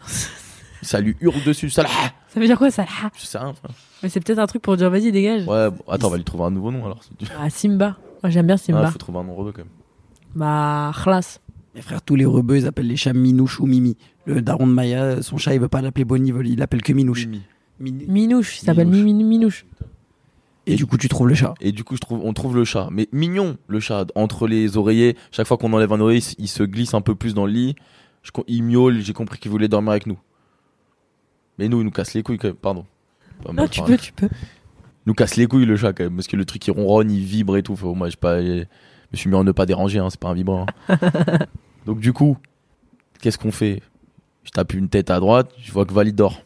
Speaker 4: ça lui hurle dessus. Sarah.
Speaker 1: Ça veut dire quoi Sarah
Speaker 4: Je sais rien. frère.
Speaker 1: Mais c'est peut-être un truc pour dire vas-y dégage.
Speaker 4: Ouais, bon, attends, on va lui trouver un nouveau nom alors. Il
Speaker 1: Ah, Simba. Moi j'aime bien Simba.
Speaker 4: Ah, faut trouver un nom rebeu quand même.
Speaker 1: Bah, khlas.
Speaker 2: Mes frères, tous les rebeux, ils appellent les chats Minouche ou Mimi. Le daron de Maya, son chat, il veut pas l'appeler Bonnie, il veut- il l'appelle que Minouche.
Speaker 4: Mimi.
Speaker 2: Mini-
Speaker 1: Minouche, il s'appelle
Speaker 4: Minouche.
Speaker 1: Mimi Minouche.
Speaker 2: Et du coup, tu trouves le chat.
Speaker 4: Et du coup, je trouve, on trouve le chat. Mais mignon, le chat. Entre les oreillers, chaque fois qu'on enlève un oreiller, il s- il se glisse un peu plus dans le lit. Je co- il miaule, j'ai compris qu'il voulait dormir avec nous. Mais nous, il nous casse les couilles quand même, pardon. Pas
Speaker 1: Non,
Speaker 4: mal,
Speaker 1: tu
Speaker 4: enfin,
Speaker 1: peux, tu peux.
Speaker 4: Il nous casse les couilles le chat quand même, parce que le truc il ronronne, il vibre et tout. Faut- moi, je pas, je me suis mis en ne pas déranger, hein, c'est pas un vibrant. hein. Donc du coup, qu'est-ce qu'on fait Je tape une tête à droite, je vois que Valide dort.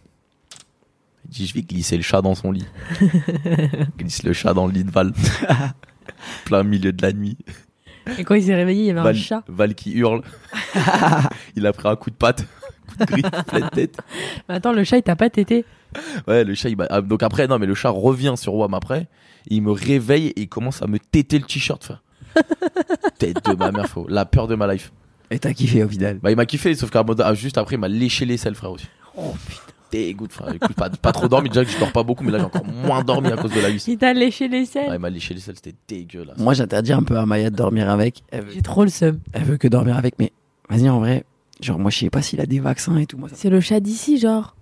Speaker 4: Je dis, je vais glisser le chat dans son lit. Je Glisse le chat dans le lit de Val. Plein milieu de la nuit.
Speaker 1: Et quand il s'est réveillé, il y avait un
Speaker 4: Val,
Speaker 1: chat.
Speaker 4: Val qui hurle. il a pris un coup de patte. Coup de griffe, plein de tête.
Speaker 1: Mais attends, le chat il t'a pas tété.
Speaker 4: Ouais, le chat, il m'a- ah, donc après, non, mais le chat revient sur WAM après. Et il me réveille et il commence à me téter le t-shirt. frère. Tête de ma mère, faux. La peur de ma life.
Speaker 2: Et t'as kiffé au final.
Speaker 4: Bah, il m'a kiffé, sauf qu'à un moment- ah, juste après, il m'a léché les selles, frère, aussi.
Speaker 1: Oh,
Speaker 4: Dégoûte, frère. Écoute, pas, pas trop dormi. Déjà que je dors pas beaucoup, mais là, j'ai encore moins dormi à cause de la huisse.
Speaker 1: Il t'a léché les selles.
Speaker 4: Ah, il m'a léché les selles, c'était dégueulasse.
Speaker 2: Moi, j'interdis un peu à Maya de dormir avec. Elle veut,
Speaker 1: J'ai trop le seum.
Speaker 2: elle veut que dormir avec, mais vas-y, en vrai, genre, moi, je sais pas s'il a des vaccins et tout. Moi, ça-
Speaker 1: C'est le chat d'ici, genre.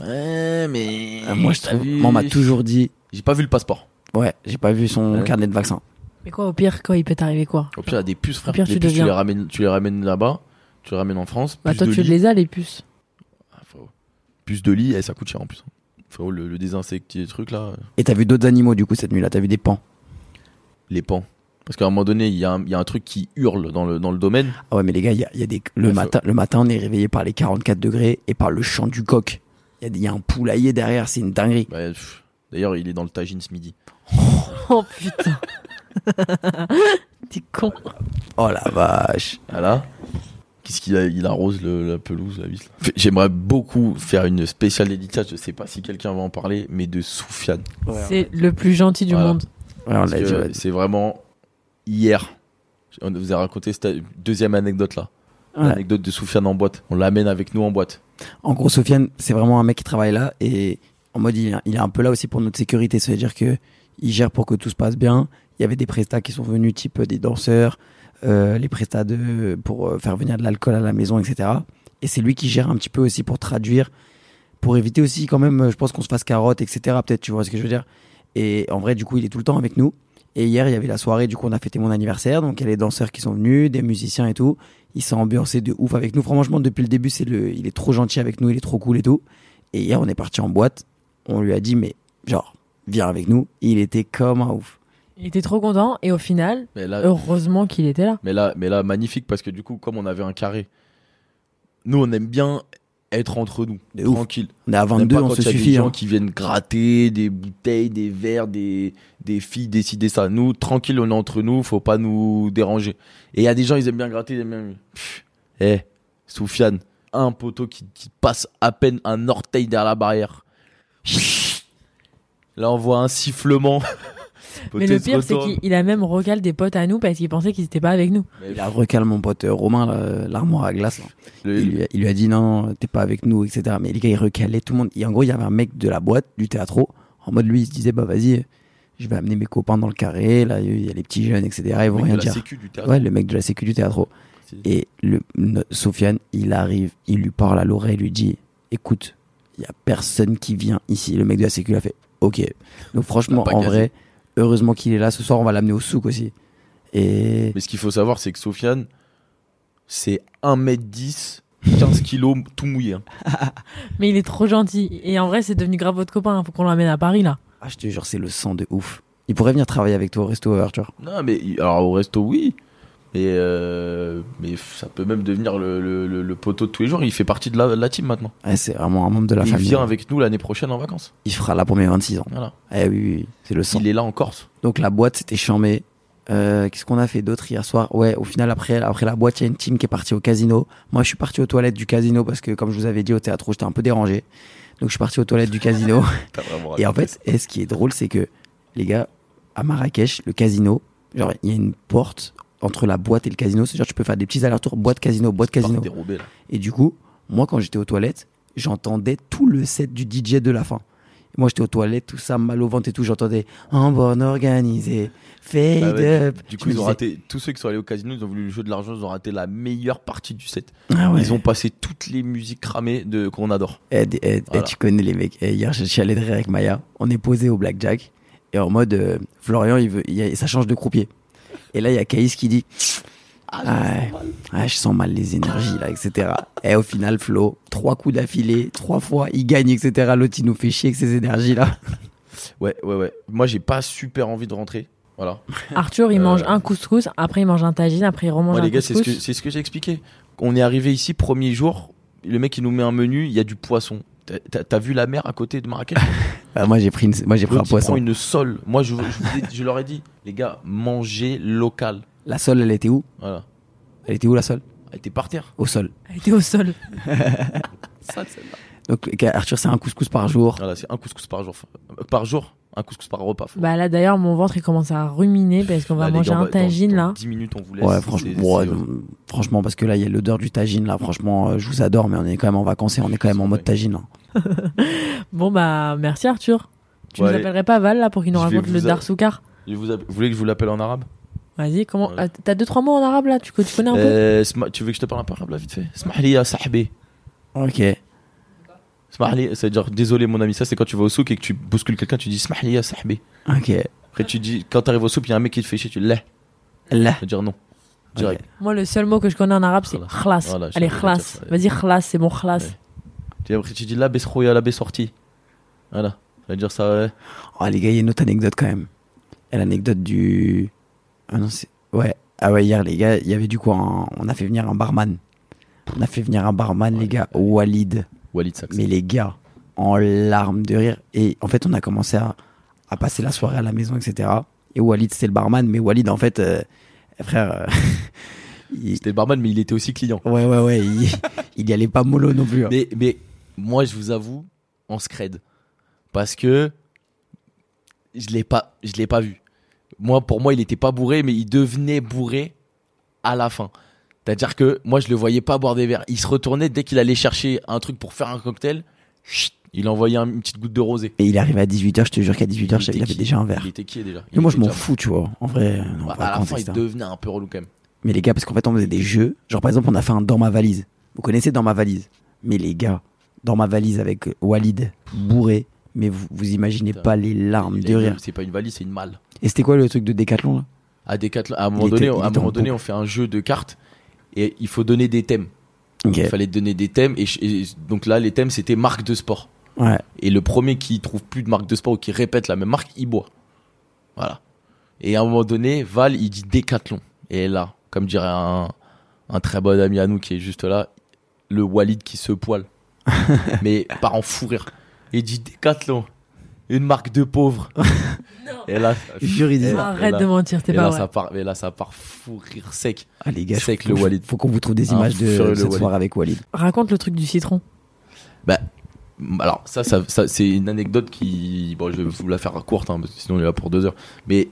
Speaker 4: Ouais, mais.
Speaker 2: Ah, moi je
Speaker 4: Eh, T'as
Speaker 2: trouve.
Speaker 4: vu
Speaker 2: Moi, on m'a toujours dit,
Speaker 4: J'ai pas vu le passeport.
Speaker 2: ouais, j'ai pas vu son
Speaker 4: Ouais.
Speaker 2: carnet de vaccin.
Speaker 1: Mais quoi, au pire, quand il peut t'arriver quoi
Speaker 4: Au pire, il y a des puces, frère.
Speaker 1: pire,
Speaker 4: Les
Speaker 1: tu
Speaker 4: puces,
Speaker 1: deviens.
Speaker 4: les ramènes, tu les ramènes là-bas, tu les ramènes en France.
Speaker 1: Bah,
Speaker 4: puces
Speaker 1: toi,
Speaker 4: de
Speaker 1: tu
Speaker 4: lit.
Speaker 1: les as, les puces.
Speaker 4: Ah, frérot. Puce de lit, eh, ça coûte cher en plus. Frérot, le, le désinsecte, les trucs là, euh,
Speaker 2: Et t'as vu d'autres animaux, du coup, cette nuit-là. T'as vu des pans.
Speaker 4: les pans. Parce qu'à un moment donné, il y, a un- il y a un truc qui hurle dans le, dans le domaine.
Speaker 2: Ah ouais, mais les gars, il y a, il y a des... le,
Speaker 4: Ouais,
Speaker 2: matin, le matin, on est réveillé par les 44 degrés et par le chant du coq. Il y a des- il y, a un poulailler derrière, c'est une dinguerie.
Speaker 4: Bah, pff, D'ailleurs, il est dans le tagine ce midi.
Speaker 1: Oh putain. T'es con.
Speaker 2: Oh la vache.
Speaker 4: Ah là Qu'est-ce qu'il a Il arrose le- la pelouse, la vis. J'aimerais beaucoup faire une spéciale dédicace, je sais pas si quelqu'un va en parler, mais de Soufiane.
Speaker 1: C'est le plus gentil du
Speaker 4: Voilà.
Speaker 1: monde.
Speaker 2: Ouais, on
Speaker 4: Parce
Speaker 2: Ah, l'a dit,
Speaker 4: que
Speaker 2: ouais.
Speaker 4: C'est vraiment hier. On vous a raconté cette deuxième anecdote là.
Speaker 2: Ouais.
Speaker 4: L'anecdote de Soufiane en boîte. On l'amène avec nous en boîte.
Speaker 2: En gros, Sofiane, c'est vraiment un mec qui travaille là et en mode, il, est- il est un peu là aussi pour notre sécurité. C'est-à-dire que il gère pour que tout se passe bien. Il y avait des prestats qui sont venus, type euh, des danseurs, euh, les prestats de, pour euh, faire venir de l'alcool à la maison, etc. Et c'est lui qui gère un petit peu aussi pour traduire, pour éviter aussi quand même, euh, je pense qu'on se fasse carotte, etc. Peut-être, tu vois ce que je veux dire. Et en vrai, du coup, il est tout le temps avec nous. Et hier, il y avait la soirée, du coup, on a fêté mon anniversaire. Donc, il y a les danseurs qui sont venus, des musiciens et tout. Il s'est ambiancé de ouf avec nous. Franchement, depuis le début, c'est le, il est trop gentil avec nous, il est trop cool et tout. Et hier, on est parti en boîte. On lui a dit, mais genre, viens avec nous. Il était comme un ouf.
Speaker 1: Il était trop content et au final,
Speaker 4: Mais là,
Speaker 1: heureusement qu'il était là.
Speaker 4: Mais là, mais là, magnifique parce que du coup, comme on avait un carré, nous on aime bien être entre nous,
Speaker 2: De ouf.
Speaker 4: tranquille.
Speaker 2: On est à
Speaker 4: On aime
Speaker 2: 22,
Speaker 4: pas
Speaker 2: on
Speaker 4: quand
Speaker 2: se
Speaker 4: il y a des
Speaker 2: suffit.
Speaker 4: gens
Speaker 2: hein.
Speaker 4: qui viennent gratter des bouteilles, des verres, des, des filles décider ça. Nous, tranquille, on est entre nous, faut pas nous déranger. Et il y a des gens, ils aiment bien gratter, ils aiment bien. Pff, Eh, Soufiane, un poteau qui, qui passe à peine un orteil derrière la barrière. Là, on voit un sifflement.
Speaker 1: Mais
Speaker 4: Poteau
Speaker 1: le
Speaker 4: se
Speaker 1: pire, c'est
Speaker 4: retourne.
Speaker 1: qu'il il a même recal des potes à nous parce qu'il pensait qu'ils étaient pas avec nous.
Speaker 4: Mais
Speaker 2: Il a recalé mon pote euh, Romain, là, l'armoire à glace. là.
Speaker 4: le-
Speaker 2: Il lui, a, il lui a dit, non, non, t'es pas avec nous, etc. Mais les gars, il recalait tout le monde. Et en gros, il y avait un mec de la boîte, du théâtre, en mode lui, il se disait, bah vas-y, euh, je vais amener mes copains dans le carré. Là, il y a les petits jeunes, etc. Ils
Speaker 4: le
Speaker 2: vont
Speaker 4: mec de
Speaker 2: rien
Speaker 4: la
Speaker 2: dire.
Speaker 4: sécu du théâtre.
Speaker 2: Ouais, le mec de la sécu du théâtre. Et le, le- Sofiane, il arrive, il lui parle à l'oreille, il lui dit Écoute, il y a personne qui vient ici. Le mec de la Sécu a fait Ok. Donc, franchement,
Speaker 4: T'as Ah, pas
Speaker 2: en
Speaker 4: casé.
Speaker 2: vrai, heureusement qu'il est là. Ce soir, on va l'amener au souk aussi. Et
Speaker 4: Mais ce qu'il faut savoir, c'est que Sofiane, c'est 1m10, 15 kilos, tout mouillé. hein.
Speaker 1: Mais il est trop gentil. Et en vrai, c'est devenu grave votre copain. hein. Faut qu'on l'emmène à Paris là.
Speaker 2: ah, je te jure, c'est le sang de ouf. Il pourrait venir travailler avec toi au resto, Arthur.
Speaker 4: Non, mais alors au resto, oui. Mais, euh, mais ça peut même devenir le, le- le- le poteau de tous les jours. Il fait partie de la, la team maintenant.
Speaker 2: Ouais, Eh, c'est vraiment un membre de la
Speaker 4: il
Speaker 2: famille.
Speaker 4: vient avec nous l'année prochaine en vacances.
Speaker 2: Il fera là pour mes 26 ans.
Speaker 4: Voilà.
Speaker 2: Eh oui, oui, oui, c'est le sang.
Speaker 4: Il est là encore.
Speaker 2: Donc, la boîte, c'était chambé. Euh, Qu'est-ce qu'on a fait d'autre hier soir Ouais, au final, après, après la boîte, il y a une team qui est partie au casino. Moi, je suis parti aux toilettes du casino parce que, comme je vous avais dit au théâtre, j'étais un peu dérangé. Donc, je suis parti aux toilettes du casino.
Speaker 4: T'as vraiment
Speaker 2: Et en
Speaker 4: raconté
Speaker 2: fait, et ce qui est drôle, c'est que, les gars, à Marrakech, le casino, genre, il y a une porte entre la boîte et le casino. C'est-à-dire, tu peux faire des petits allers-retours boîte, casino, boîte,
Speaker 4: par
Speaker 2: casino.
Speaker 4: dérobé, là.
Speaker 2: Et du coup, moi, quand j'étais aux toilettes, j'entendais tout le set du DJ de la fin. Et moi, j'étais aux toilettes, tout ça, mal au ventre et tout. J'entendais en bonne organisée, fade
Speaker 4: Ah ouais,
Speaker 2: up.
Speaker 4: Du
Speaker 2: Je
Speaker 4: coup,
Speaker 2: me
Speaker 4: ils ont
Speaker 2: disais,
Speaker 4: raté. Tous ceux qui sont allés au casino, ils ont voulu le jeu de l'argent, ils ont raté la meilleure partie du set.
Speaker 2: Ah ouais.
Speaker 4: Ils ont passé toutes les musiques cramées de qu'on adore.
Speaker 2: Eh, d- eh, eh,
Speaker 4: Voilà.
Speaker 2: tu connais les mecs. Eh, hier, je suis allé de rire avec Maya. On est posé au blackjack. Et en mode, euh, Florian, il veut, il y a- ça change de croupier. Et là, il y a Caïs qui dit Ah, ouais. Ah, je sens mal les énergies, là, etc. Et au final, Flo, trois coups d'affilée, trois fois, il gagne, etc. L'autre, il nous fait chier avec ses énergies, là.
Speaker 4: Ouais, ouais, ouais. Moi, j'ai pas super envie de rentrer. Voilà.
Speaker 1: Arthur, il
Speaker 4: Euh,
Speaker 1: mange un couscous, après il mange un tagine, après il remange
Speaker 4: Moi,
Speaker 1: un
Speaker 4: les gars, c'est ce que,
Speaker 1: couscous.
Speaker 4: c'est ce que j'ai expliqué. On est arrivé ici, premier jour, le mec, il nous met un menu, il y a du poisson. T'as- T'as t'as vu la mer à côté de Marrakech
Speaker 2: Ah, moi, j'ai pris, une- moi, j'ai pris un
Speaker 4: L'autre, il
Speaker 2: poisson.
Speaker 4: prend une sole. Moi, je, je vous ai- je leur ai dit, les gars, mangez local.
Speaker 2: La sole, elle était où
Speaker 4: Voilà.
Speaker 2: Elle était où la sole
Speaker 4: Elle était par terre.
Speaker 2: Au sol.
Speaker 1: Elle était au sol.
Speaker 2: Donc euh, Arthur, c'est un couscous par jour.
Speaker 4: Voilà, c'est un couscous par jour. Euh, Par jour Un couscous par repas.
Speaker 1: Bah là d'ailleurs, mon ventre il commence à ruminer parce qu'on va
Speaker 4: Là, les
Speaker 1: manger
Speaker 4: gars, on
Speaker 1: un
Speaker 4: va- dans-
Speaker 1: tagine
Speaker 4: dans
Speaker 1: là.
Speaker 4: 10 minutes, on vous laisse.
Speaker 2: Ouais, franchement,
Speaker 4: C'est-
Speaker 2: ouais,
Speaker 4: c'est-
Speaker 2: non, franchement, parce que là, il y a l'odeur du tagine. Là, franchement, euh, je vous adore, mais on est quand même en vacances et on est quand même en mode tagine. hein. là.
Speaker 1: Bon bah merci Arthur. Tu
Speaker 4: Ouais,
Speaker 1: nous
Speaker 4: allez.
Speaker 1: appellerais pas Val là pour qu'il nous
Speaker 4: Je vais
Speaker 1: raconte le
Speaker 4: vous a-
Speaker 1: darsoukar
Speaker 4: Je vous app- vous voulez que je vous l'appelle en arabe
Speaker 1: Vas-y, comment
Speaker 4: Ouais.
Speaker 1: euh, T'as deux trois mots en arabe là Tu, co- tu connais un peu
Speaker 4: Euh, sma- Tu veux que je te parle un peu arabe là, vite fait Smahli ya sahbi.
Speaker 2: Ok.
Speaker 4: Smahli, ça veut dire désolé mon ami. Ça, c'est quand tu vas au souk et que tu bouscules quelqu'un, tu dis Smahli ya sahbi.
Speaker 2: Ok.
Speaker 4: Après, tu dis, quand t'arrives au souk, il y a un mec qui te fait chier, tu l'es.
Speaker 2: Là.
Speaker 4: Ça veut dire non. Direct.
Speaker 1: Moi le seul mot que je connais en arabe c'est
Speaker 4: Voilà.
Speaker 1: khlas.
Speaker 4: Voilà, je
Speaker 1: Allez
Speaker 4: savais dire
Speaker 1: khlas.
Speaker 4: ça, ouais.
Speaker 1: Vas-y khlas, c'est bon khlas.
Speaker 4: Ouais. Tu- Après, tu dis la besroya, la sorti. Voilà. Ça veut dire ça. ouais.
Speaker 2: Oh, les gars, il y a une autre anecdote quand même. Et L'anecdote du. Ah non, c'est. Ouais. Ah ouais, hier, les gars, il y avait du coup un- On a fait venir un barman. On a fait venir un barman, les gars, Walid.
Speaker 4: Walid Saks.
Speaker 2: Mais les gars, en larmes de rire. Et en fait, on a commencé à, à passer la soirée à la maison, etc. Et Walid, c'était le barman. Mais Walid, en fait, euh, frère. euh, il-
Speaker 4: C'était le barman, mais il était aussi client.
Speaker 2: Ouais, ouais, ouais. Il, il y allait pas mollo non plus. hein.
Speaker 4: Mais, mais moi, je vous avoue, on se crède. Parce que je l'ai pas, je l'ai pas vu. Moi, pour moi, il était pas bourré, mais il devenait bourré à la fin. C'est-à-dire que moi, je le voyais pas boire des verres. Il se retournait dès qu'il allait chercher un truc pour faire un cocktail. chut, Il envoyait un- une petite goutte de rosée.
Speaker 2: Et il arrivait à 18h, je te jure qu'à 18h, j'avais- il avait déjà un verre.
Speaker 4: Il était qui déjà
Speaker 2: Mais
Speaker 4: Il
Speaker 2: moi,
Speaker 4: était
Speaker 2: je m'en
Speaker 4: déjà-
Speaker 2: fous, tu vois. En vrai, euh, non,
Speaker 4: Bah,
Speaker 2: pas
Speaker 4: à la
Speaker 2: grand,
Speaker 4: fin, il
Speaker 2: etc.
Speaker 4: devenait un peu relou quand même.
Speaker 2: Mais les gars, parce qu'en fait, on faisait des jeux. Genre, par exemple, on a fait un Dans ma valise. Vous connaissez Dans ma valise Mais les gars, Dans ma valise avec Walid, bourré. Mais vous, vous imaginez
Speaker 4: Putain.
Speaker 2: pas les larmes
Speaker 4: Il
Speaker 2: de
Speaker 4: a-
Speaker 2: rire.
Speaker 4: C'est pas une valise, c'est une malle.
Speaker 2: Et c'était quoi le truc de Décathlon là
Speaker 4: À, Decathlon- à un moment
Speaker 2: était-
Speaker 4: donné,
Speaker 2: il
Speaker 4: on- à un
Speaker 2: était en
Speaker 4: moment donné,
Speaker 2: boucle.
Speaker 4: on fait un jeu de cartes et il faut donner des thèmes.
Speaker 2: Ok.
Speaker 4: Il fallait donner des thèmes. Et, je- et donc là, les thèmes, c'était marque de sport.
Speaker 2: Ouais.
Speaker 4: Et le premier qui trouve plus de marque de sport ou qui répète la même marque, il boit. Voilà. Et à un moment donné, Val, il dit décathlon. Et là, comme dirait un, un très bon ami à nous qui est juste là, le Walid qui se poile. Mais part en fou rire. Il dit décathlon. Une marque de pauvre. Et là,
Speaker 2: Jure, il dit
Speaker 4: et
Speaker 2: ça.
Speaker 4: là- et
Speaker 1: Arrête
Speaker 4: là-
Speaker 1: de mentir, c'est
Speaker 4: et
Speaker 1: pas
Speaker 4: là,
Speaker 1: vrai.
Speaker 4: ça part, mais là, ça part fou rire sec.
Speaker 2: Ah, les gars,
Speaker 4: C'est avec
Speaker 2: faut-
Speaker 4: le
Speaker 2: faut-
Speaker 4: Walid.
Speaker 2: Faut qu'on vous trouve des
Speaker 4: Ah,
Speaker 2: images de
Speaker 4: furieux, le
Speaker 2: cette
Speaker 4: Walid.
Speaker 2: soirée avec Walid.
Speaker 1: Raconte le truc du citron.
Speaker 4: Bah, Alors ça, ça, ça, c'est une anecdote qui, bon, je vais vous la faire courte, hein, parce que sinon on est là pour deux heures. Mais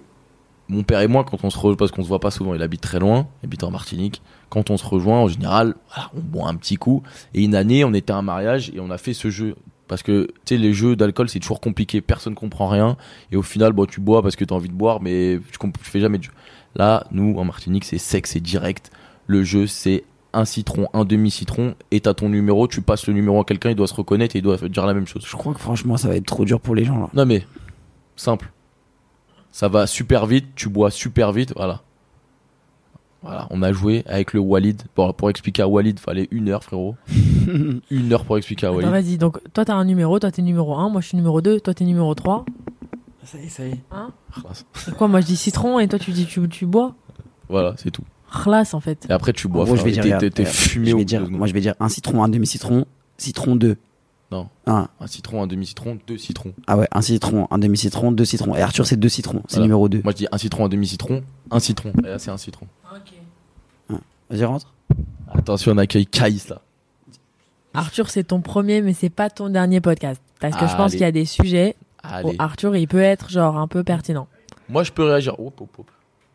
Speaker 4: mon père et moi, quand on se rejoint, parce qu'on se voit pas souvent, il habite très loin, il habite en Martinique. Quand on se rejoint, en général, voilà, on boit un petit coup. Et une année, on était à un mariage et on a fait ce jeu. Parce que tu sais, les jeux d'alcool, c'est toujours compliqué, personne comprend rien. Et au final, bon, tu bois parce que tu as envie de boire, mais tu, comp- tu fais jamais de jeu. Là, nous, en Martinique, c'est sec, c'est direct. Le jeu, c'est un citron, un demi-citron, et t'as ton numéro, tu passes le numéro à quelqu'un, il doit se reconnaître et il doit dire la même chose.
Speaker 2: Je crois que franchement, ça va être trop dur pour les gens là.
Speaker 4: Non mais, simple. Ça va super vite, tu bois super vite, voilà. Voilà, on a joué avec le Walid. Bon, pour expliquer à Walid, fallait une heure, frérot. une heure pour expliquer à
Speaker 1: Attends,
Speaker 4: Walid.
Speaker 1: Vas-y, donc toi t'as un numéro, toi t'es numéro 1, moi je suis numéro 2, toi t'es numéro 3.
Speaker 2: Ça y est, ça y est.
Speaker 4: Khlas.
Speaker 1: Et quoi, moi je dis citron et toi tu dis tu, tu bois
Speaker 4: Voilà, c'est tout.
Speaker 1: Khlas en fait.
Speaker 4: Et après, tu bois.
Speaker 2: En gros, je vais
Speaker 4: frérot.
Speaker 2: dire,
Speaker 4: T'es-
Speaker 2: regarde,
Speaker 4: t'es- T'es
Speaker 2: regarde,
Speaker 4: fumé
Speaker 2: je vais
Speaker 4: au
Speaker 2: dire,
Speaker 4: bout de
Speaker 2: moi je vais dire un citron, un demi-citron, citron 2,
Speaker 4: Non.
Speaker 2: Un.
Speaker 4: Un citron, un demi-citron, deux citrons.
Speaker 2: Ah ouais, un citron, un demi-citron, deux citrons. Et Arthur, c'est deux citrons. C'est
Speaker 4: Voilà.
Speaker 2: numéro 2.
Speaker 4: Moi je dis un citron, un demi-citron, un citron. Et là c'est un citron.
Speaker 2: Vas-y, rentre.
Speaker 4: Attention, on accueille Caïs là.
Speaker 1: Arthur, c'est ton premier, mais c'est pas ton dernier podcast. Parce que je pense
Speaker 4: Allez.
Speaker 1: qu'il y a des sujets où
Speaker 4: Allez.
Speaker 1: Arthur, il peut être genre un peu pertinent.
Speaker 4: Moi je peux réagir. Hop, hop, hop.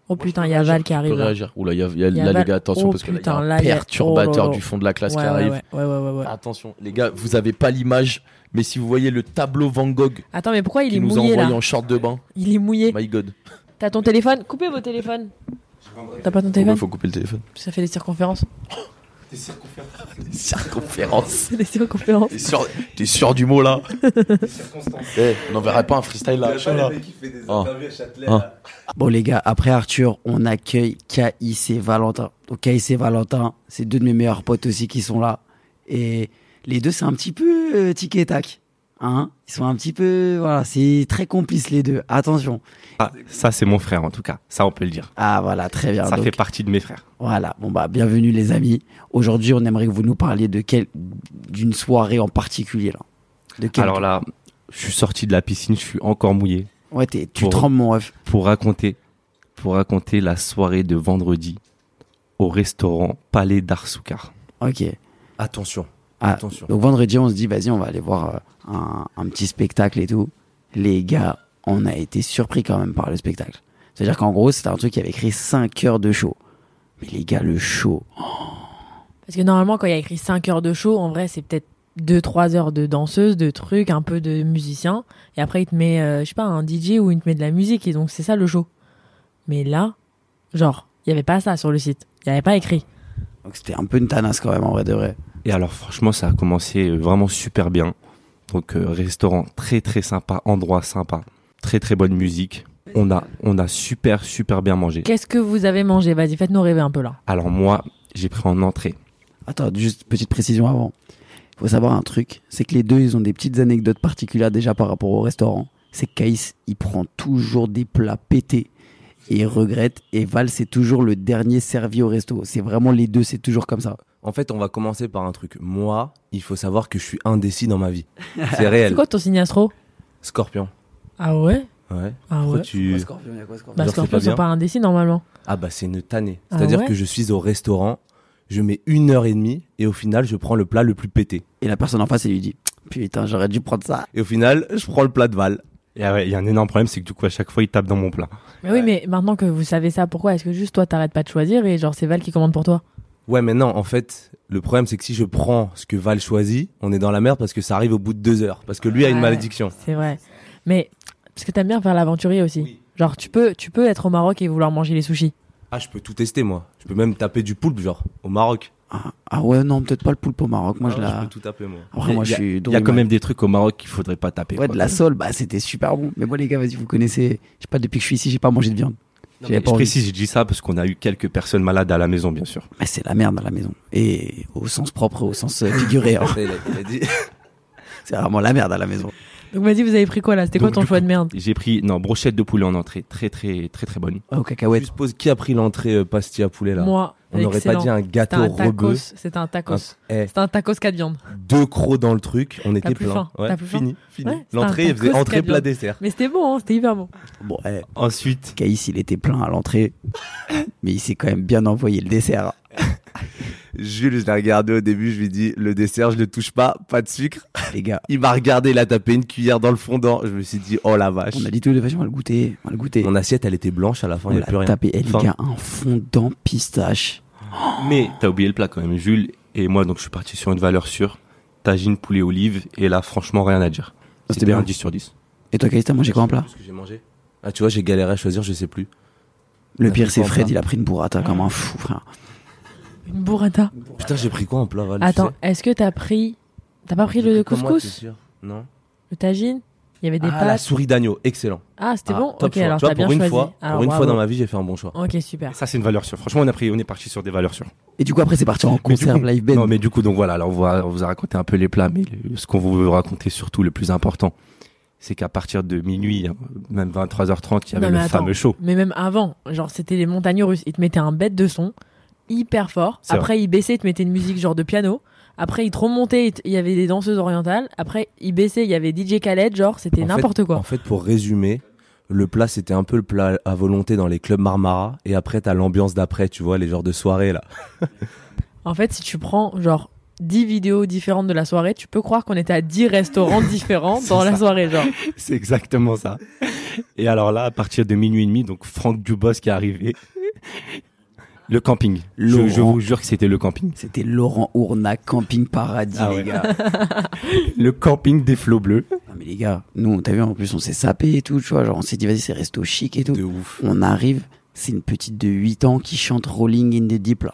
Speaker 1: Oh
Speaker 4: Moi,
Speaker 1: putain,
Speaker 4: je
Speaker 1: il
Speaker 4: peux
Speaker 1: y a Val
Speaker 4: réagir,
Speaker 1: qui
Speaker 4: je peux
Speaker 1: arrive. là.
Speaker 4: réagir. Ouh là, il y a, il y a-
Speaker 1: Il y a
Speaker 4: là,
Speaker 1: Val.
Speaker 4: les gars, attention,
Speaker 1: Oh,
Speaker 4: parce que là, il y a
Speaker 1: putain,
Speaker 4: un
Speaker 1: là, il y a-
Speaker 4: perturbateur
Speaker 1: oh là
Speaker 4: du
Speaker 1: là.
Speaker 4: fond de la classe
Speaker 1: Ouais,
Speaker 4: qui
Speaker 1: ouais,
Speaker 4: arrive. Ah.
Speaker 1: ouais, ouais, ouais, ouais, ouais.
Speaker 4: Attention, les gars, vous avez pas l'image, mais si vous voyez le tableau Van Gogh
Speaker 1: Attends, mais pourquoi il
Speaker 4: qui
Speaker 1: est
Speaker 4: nous a
Speaker 1: mouillé
Speaker 4: envoyé
Speaker 1: là
Speaker 4: en short de bain,
Speaker 1: Il est mouillé.
Speaker 4: my god.
Speaker 1: T'as ton téléphone Coupez vos téléphones. T'as pas ton téléphone
Speaker 4: faut couper le téléphone.
Speaker 1: Ça fait des circonférences.
Speaker 4: Des circonférences. Des circonférences.
Speaker 1: C'est des circonférences.
Speaker 4: T'es sûr, t'es sûr du mot là Eh, On n'enverrait pas un freestyle là. chaud, là. Ah. Ah.
Speaker 2: Bon, les gars, après Arthur, on accueille KIC Valentin. Donc, KIC Valentin, c'est deux de mes meilleurs potes aussi qui sont là. Et les deux, c'est un petit peu euh, tic et tac. Hein Ils sont un petit peu. Voilà, c'est très complice les deux. Attention.
Speaker 5: Ah, ça, c'est mon frère, en tout cas. Ça, on peut le dire.
Speaker 2: Ah, voilà, très bien.
Speaker 5: Ça
Speaker 2: Donc,
Speaker 5: fait partie de mes frères.
Speaker 2: Voilà, bon bah bienvenue les amis. Aujourd'hui, on aimerait que vous nous parliez de quel d'une soirée en particulier là. De quel
Speaker 5: Alors là, je suis sorti de la piscine, je suis encore mouillé
Speaker 2: Ouais, t'es- tu
Speaker 5: Pour-
Speaker 2: trembles mon ref.
Speaker 5: pour raconter, pour raconter la soirée de vendredi au restaurant Palais d'Arsoukar.
Speaker 2: OK.
Speaker 5: Attention,
Speaker 2: Ah,
Speaker 5: attention.
Speaker 2: Donc vendredi, on se dit vas-y, on va aller voir euh, un, un petit spectacle et tout. Les gars, on a été surpris quand même par le spectacle. C'est-à-dire qu'en gros, c'était un truc qui avait créé 5 heures de show. Mais les gars, le show.
Speaker 1: Parce que normalement, quand il y a écrit 5 heures de show, en vrai, c'est peut-être 2-3 heures de danseuse, de trucs, un peu de musicien. Et après, il te met, euh, je sais pas, un DJ ou il te met de la musique. Et donc, c'est ça le show. Mais là, genre, il y avait pas ça sur le site. Il y avait pas écrit.
Speaker 2: Donc c'était un peu une tanasse quand même en vrai de vrai.
Speaker 5: Et alors, franchement, ça a commencé euh, vraiment super bien. Donc, euh, restaurant très très sympa, endroit sympa, très très bonne musique. On a, on a super super bien mangé.
Speaker 1: Qu'est-ce que vous avez mangé Vas-y, faites-nous rêver un peu là.
Speaker 5: Alors moi, j'ai pris en entrée.
Speaker 2: Attends, juste petite précision avant. Il faut savoir un truc, c'est que les deux, ils ont des petites anecdotes particulières déjà par rapport au restaurant. C'est que Caïs, il prend toujours des plats pétés et il regrette. Et Val, c'est toujours le dernier servi au resto. C'est vraiment les deux, c'est toujours comme ça.
Speaker 6: En fait, on va commencer par un truc. Moi, il faut savoir que je suis indécis dans ma vie. C'est réel.
Speaker 1: C'est quoi ton signe astro
Speaker 6: Scorpion.
Speaker 1: Ah ouais
Speaker 6: Ouais.
Speaker 1: Ah
Speaker 6: Pourquoi
Speaker 1: ouais
Speaker 6: tu-
Speaker 1: Bah,
Speaker 6: Genre, c'est
Speaker 1: Scorpion,
Speaker 6: pas
Speaker 1: ils sont
Speaker 6: bien
Speaker 1: pas indécis normalement.
Speaker 6: Ah bah c'est une tannée.
Speaker 1: Ah
Speaker 6: C'est-à-dire
Speaker 1: ouais
Speaker 6: que je suis au restaurant, je mets une heure et demie et au final je prends le plat le plus pété.
Speaker 2: Et la personne en face, elle lui dit Putain, j'aurais dû prendre ça.
Speaker 6: Et au final, je prends le plat de Val.
Speaker 5: Et ah ouais, il y a un énorme problème, c'est que du coup, à chaque fois, il tape dans mon plat.
Speaker 1: Mais oui, mais maintenant que vous savez ça, pourquoi est-ce que juste toi t'arrêtes pas de choisir et genre c'est Val qui commande pour toi
Speaker 6: Ouais mais non, en fait, le problème c'est que si je prends ce que Val choisit, on est dans la merde parce que ça arrive au bout de deux heures. Parce que lui a une
Speaker 1: Ouais.
Speaker 6: malédiction.
Speaker 1: C'est vrai. Mais parce que t'aimes bien faire l'aventurier aussi. Genre tu peux, tu peux être au Maroc et vouloir manger les sushis.
Speaker 6: Ah je peux tout tester moi. Je peux même taper du poulpe genre au Maroc.
Speaker 2: Ah, ah ouais, non, peut-être pas le poulpe au Maroc. Moi,
Speaker 6: Ah
Speaker 2: je
Speaker 6: ouais,
Speaker 2: la.
Speaker 6: peux tout taper moi.
Speaker 2: Après, moi,
Speaker 5: Il
Speaker 2: je
Speaker 5: y a-
Speaker 2: suis.
Speaker 5: Il y a
Speaker 2: drôle,
Speaker 5: quand
Speaker 2: mais-
Speaker 5: même des trucs au Maroc qu'il faudrait pas taper.
Speaker 2: Ouais,
Speaker 5: quoi.
Speaker 2: de la sole, bah, c'était super bon. Mais moi, les gars, vas-y, vous connaissez. Je sais pas, depuis que je suis ici, j'ai pas mangé de viande.
Speaker 6: Non,
Speaker 2: J'avais
Speaker 6: mais
Speaker 5: Je
Speaker 2: pas envie.
Speaker 5: précise, j'ai dit ça parce qu'on a eu quelques personnes malades à la maison, bien sûr.
Speaker 2: Mais c'est la merde à la maison. Et au sens propre, au sens euh, figuré. hein.
Speaker 1: Ah.
Speaker 6: Il a- il a dit-
Speaker 2: C'est vraiment la merde à la maison.
Speaker 1: Donc vas-y, vous avez pris quoi là C'était quoi
Speaker 5: Donc,
Speaker 1: ton
Speaker 5: du
Speaker 1: choix
Speaker 5: coup-
Speaker 1: de merde
Speaker 5: J'ai pris non brochette de poulet en entrée, très très très très bonne.
Speaker 2: Au
Speaker 6: Je
Speaker 2: cacahuète.
Speaker 6: me pose qui a pris l'entrée euh, pastilla poulet là
Speaker 1: Moi,
Speaker 6: On n'aurait pas
Speaker 1: excellent.
Speaker 6: dit un
Speaker 1: C'était un
Speaker 6: gâteau
Speaker 1: tacos.
Speaker 6: rebeu.
Speaker 1: C'était un tacos.
Speaker 6: Un- eh,
Speaker 1: C'était un tacos quatre viandes.
Speaker 6: deux crocs dans le truc, on était
Speaker 1: plus faim,
Speaker 6: plein.
Speaker 1: t'as plus faim.
Speaker 6: fini, fini.
Speaker 1: Ouais, c'est
Speaker 6: L'entrée,
Speaker 1: un
Speaker 6: elle faisait
Speaker 1: tacos
Speaker 6: entrée,
Speaker 1: très bien.
Speaker 6: plat, dessert.
Speaker 1: Mais c'était bon, hein, c'était hyper bon.
Speaker 2: Bon, eh,
Speaker 5: Ensuite,
Speaker 2: Caïs, il était plein à l'entrée, mais il s'est quand même bien envoyé le dessert.
Speaker 6: Jules, je l'ai regardé au début, je lui dis le dessert, je le touche pas, pas de sucre.
Speaker 2: Les gars,
Speaker 6: Il m'a regardé, il a tapé une cuillère dans le fondant. Je me suis dit, oh la vache.
Speaker 2: on a dit tous les deux, vas-y, on va le goûter, on va le goûter.
Speaker 6: Mon assiette, elle était blanche à la fin,
Speaker 2: On
Speaker 6: il n'y
Speaker 2: l'a
Speaker 6: a plus rien.
Speaker 2: tapé. Eh, les
Speaker 6: Fin.
Speaker 2: gars, un fondant pistache.
Speaker 5: mais t'as oublié le plat quand même, Jules et moi donc je suis parti sur une valeur sûre, tagine poulet olive et là franchement rien à dire.
Speaker 2: C'était
Speaker 5: C'était
Speaker 2: bien.
Speaker 5: bien 10 sur 10.
Speaker 2: Et toi, Caïs, t'as mangé quoi en plat
Speaker 6: Qu'est-ce que j'ai mangé Ah, tu vois, j'ai galéré à choisir, je sais plus.
Speaker 2: Le
Speaker 6: T'as
Speaker 2: pire,
Speaker 6: pris
Speaker 2: c'est
Speaker 6: quoi en
Speaker 2: Fred,
Speaker 6: plat
Speaker 2: il a pris une burrata comme un fou, frère.
Speaker 1: Une burrata.
Speaker 6: Putain, j'ai pris quoi en plat, Val Bah, tu
Speaker 1: Attends,
Speaker 6: sais
Speaker 1: est-ce que t'as pris, t'as pas pris
Speaker 6: J'ai
Speaker 1: le
Speaker 6: que moi, t'es
Speaker 1: couscous,
Speaker 6: sûr Non.
Speaker 1: le tagine Il y avait des
Speaker 6: Ah, la
Speaker 1: pâtes.
Speaker 6: souris d'agneau, excellent.
Speaker 1: Ah, c'était
Speaker 6: Ah,
Speaker 1: bon.
Speaker 6: top
Speaker 1: Ok,
Speaker 6: choix.
Speaker 1: alors
Speaker 6: tu vois,
Speaker 1: t'as bien
Speaker 6: pour une
Speaker 1: choisi.
Speaker 6: fois,
Speaker 1: Alors,
Speaker 6: pour une
Speaker 1: bravo.
Speaker 6: fois dans ma vie, j'ai fait un bon choix.
Speaker 1: Ok, super.
Speaker 5: Ça c'est une valeur sûre. Franchement, on a pris on est parti sur des valeurs sûres.
Speaker 2: Et du coup, après, c'est parti en
Speaker 5: Mais du
Speaker 2: conserve
Speaker 5: coup-
Speaker 2: live
Speaker 6: Ben,
Speaker 2: band.
Speaker 5: Non mais du coup donc voilà, là on, va, on vous a raconté un peu les plats mais le- ce qu'on veut vous raconter surtout le plus important c'est qu'à partir de minuit, hein, même 23h30, il y
Speaker 1: Non,
Speaker 5: avait
Speaker 1: mais
Speaker 5: le
Speaker 1: attends.
Speaker 5: fameux show.
Speaker 1: Mais même avant, genre c'était les montagnes russes. Ils te mettaient un bête de son hyper fort.
Speaker 5: C'est
Speaker 1: Après, ils baissaient, ils te mettaient une musique genre de piano. Après, ils te remontaient, ils te- il y avait des danseuses orientales. Après, ils baissaient, il y avait DJ Khaled, genre, c'était
Speaker 6: En fait-
Speaker 1: n'importe quoi.
Speaker 6: En fait, pour résumer, le plat, c'était un peu le plat à volonté dans les clubs Marmara. Et après, t'as l'ambiance d'après, tu vois, les genres de soirées, là.
Speaker 1: En fait, si tu prends, genre, 10 vidéos différentes de la soirée, tu peux croire qu'on était à 10 restaurants différents dans la soirée, genre.
Speaker 5: C'est exactement ça. Et alors là, à partir de minuit et demi, donc Franck Dubos qui est arrivé. Le camping. Je,
Speaker 2: Laurent.
Speaker 5: je vous jure que c'était le camping.
Speaker 2: C'était Laurent Ournac, Camping Paradis,
Speaker 5: Ah
Speaker 2: les
Speaker 5: ouais.
Speaker 2: gars.
Speaker 5: Le camping des flots bleus.
Speaker 2: Non, mais les gars, nous, t'as vu, en plus, on s'est sapé et tout, tu vois. Genre, on s'est dit, vas-y, c'est resto chic et tout.
Speaker 6: De ouf.
Speaker 2: On arrive, c'est une petite de 8 ans qui chante Rolling in the Deep, là.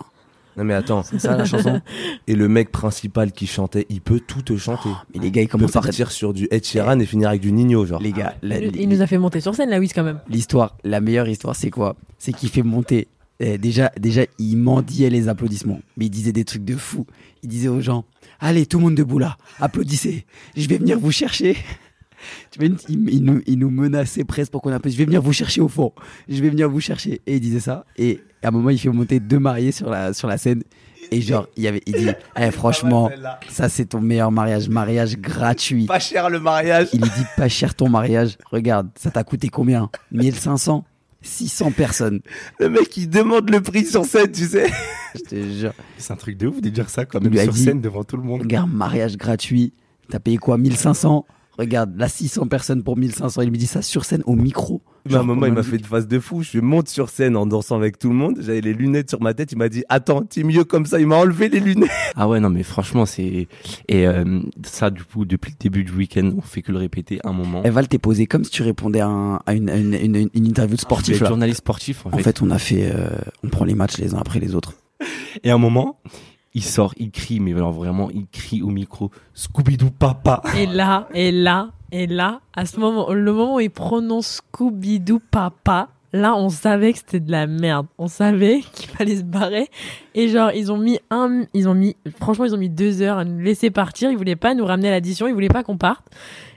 Speaker 6: Non, mais attends.
Speaker 2: C'est ça, la chanson
Speaker 6: Et le mec principal qui chantait, il peut tout te chanter.
Speaker 2: Oh, Mais les gars, ils
Speaker 6: Il peut
Speaker 2: commencent à
Speaker 6: partir sur du Ed Sheeran et finir avec du Nino, genre.
Speaker 2: Les
Speaker 5: Ah
Speaker 2: gars, la-
Speaker 1: Il il nous a fait monter sur scène, la Wiz, quand même.
Speaker 2: l'histoire, la meilleure histoire, c'est quoi C'est qu'il fait monter. eh, déjà, déjà, il mendiait les applaudissements. Mais il disait des trucs de fou. Il disait aux gens Allez, tout le monde debout là, applaudissez. Je vais venir vous chercher. Tu vois, il, il nous, il nous menaçait presque pour qu'on applaudisse. Je vais venir vous chercher au fond. Je vais venir vous chercher. Et il disait ça. Et à un moment, il fait monter deux mariés sur la, sur la scène. Et genre, il, y avait, il dit Eh, Franchement, ça, c'est ton meilleur mariage. Mariage gratuit.
Speaker 6: Ah, Pas cher le mariage.
Speaker 2: Il lui dit pas cher ton mariage. Regarde, ça t'a coûté combien 1500 600 personnes.
Speaker 6: Le mec, il demande le prix sur scène, tu sais.
Speaker 2: Je te jure.
Speaker 5: C'est un truc de ouf de dire ça quand
Speaker 2: Il
Speaker 5: même
Speaker 2: lui a
Speaker 5: sur
Speaker 2: dit-
Speaker 5: scène devant tout le monde.
Speaker 2: Regarde, mariage gratuit. T'as payé quoi 1500 Regarde, là 600 personnes pour 1500. Il lui dit ça sur scène au micro.
Speaker 6: Mais à un
Speaker 2: Genre,
Speaker 6: moment, il
Speaker 2: pendant
Speaker 6: m'a
Speaker 2: le-
Speaker 6: fait une face de fou. Je monte sur scène en dansant avec tout le monde. J'avais les lunettes sur ma tête. Il m'a dit Attends, t'es mieux comme ça. Il m'a enlevé les lunettes.
Speaker 5: Ah ouais, non, mais franchement, c'est. Et euh, ça, du coup, depuis le début du week-end, on fait que le répéter un moment.
Speaker 2: Eh, Val, t'es posé comme si tu répondais à, un- à une, à une- une- une interview de sportif.
Speaker 5: Le
Speaker 2: là.
Speaker 5: journaliste sportif, en
Speaker 2: En
Speaker 5: fait.
Speaker 2: fait, on a fait, euh, on prend les matchs les uns après les autres.
Speaker 5: Et à un moment, il sort, il crie, mais alors vraiment, il crie au micro Scooby-Doo papa.
Speaker 1: Et là, et là, et là, à ce moment, le moment où il prononce Scooby-Doo Papa, là, on savait que c'était de la merde. On savait qu'il fallait se barrer. Et genre, ils ont mis un, ils ont mis, franchement, ils ont mis deux heures à nous laisser partir. Ils voulaient pas nous ramener à l'addition. Ils voulaient pas qu'on parte.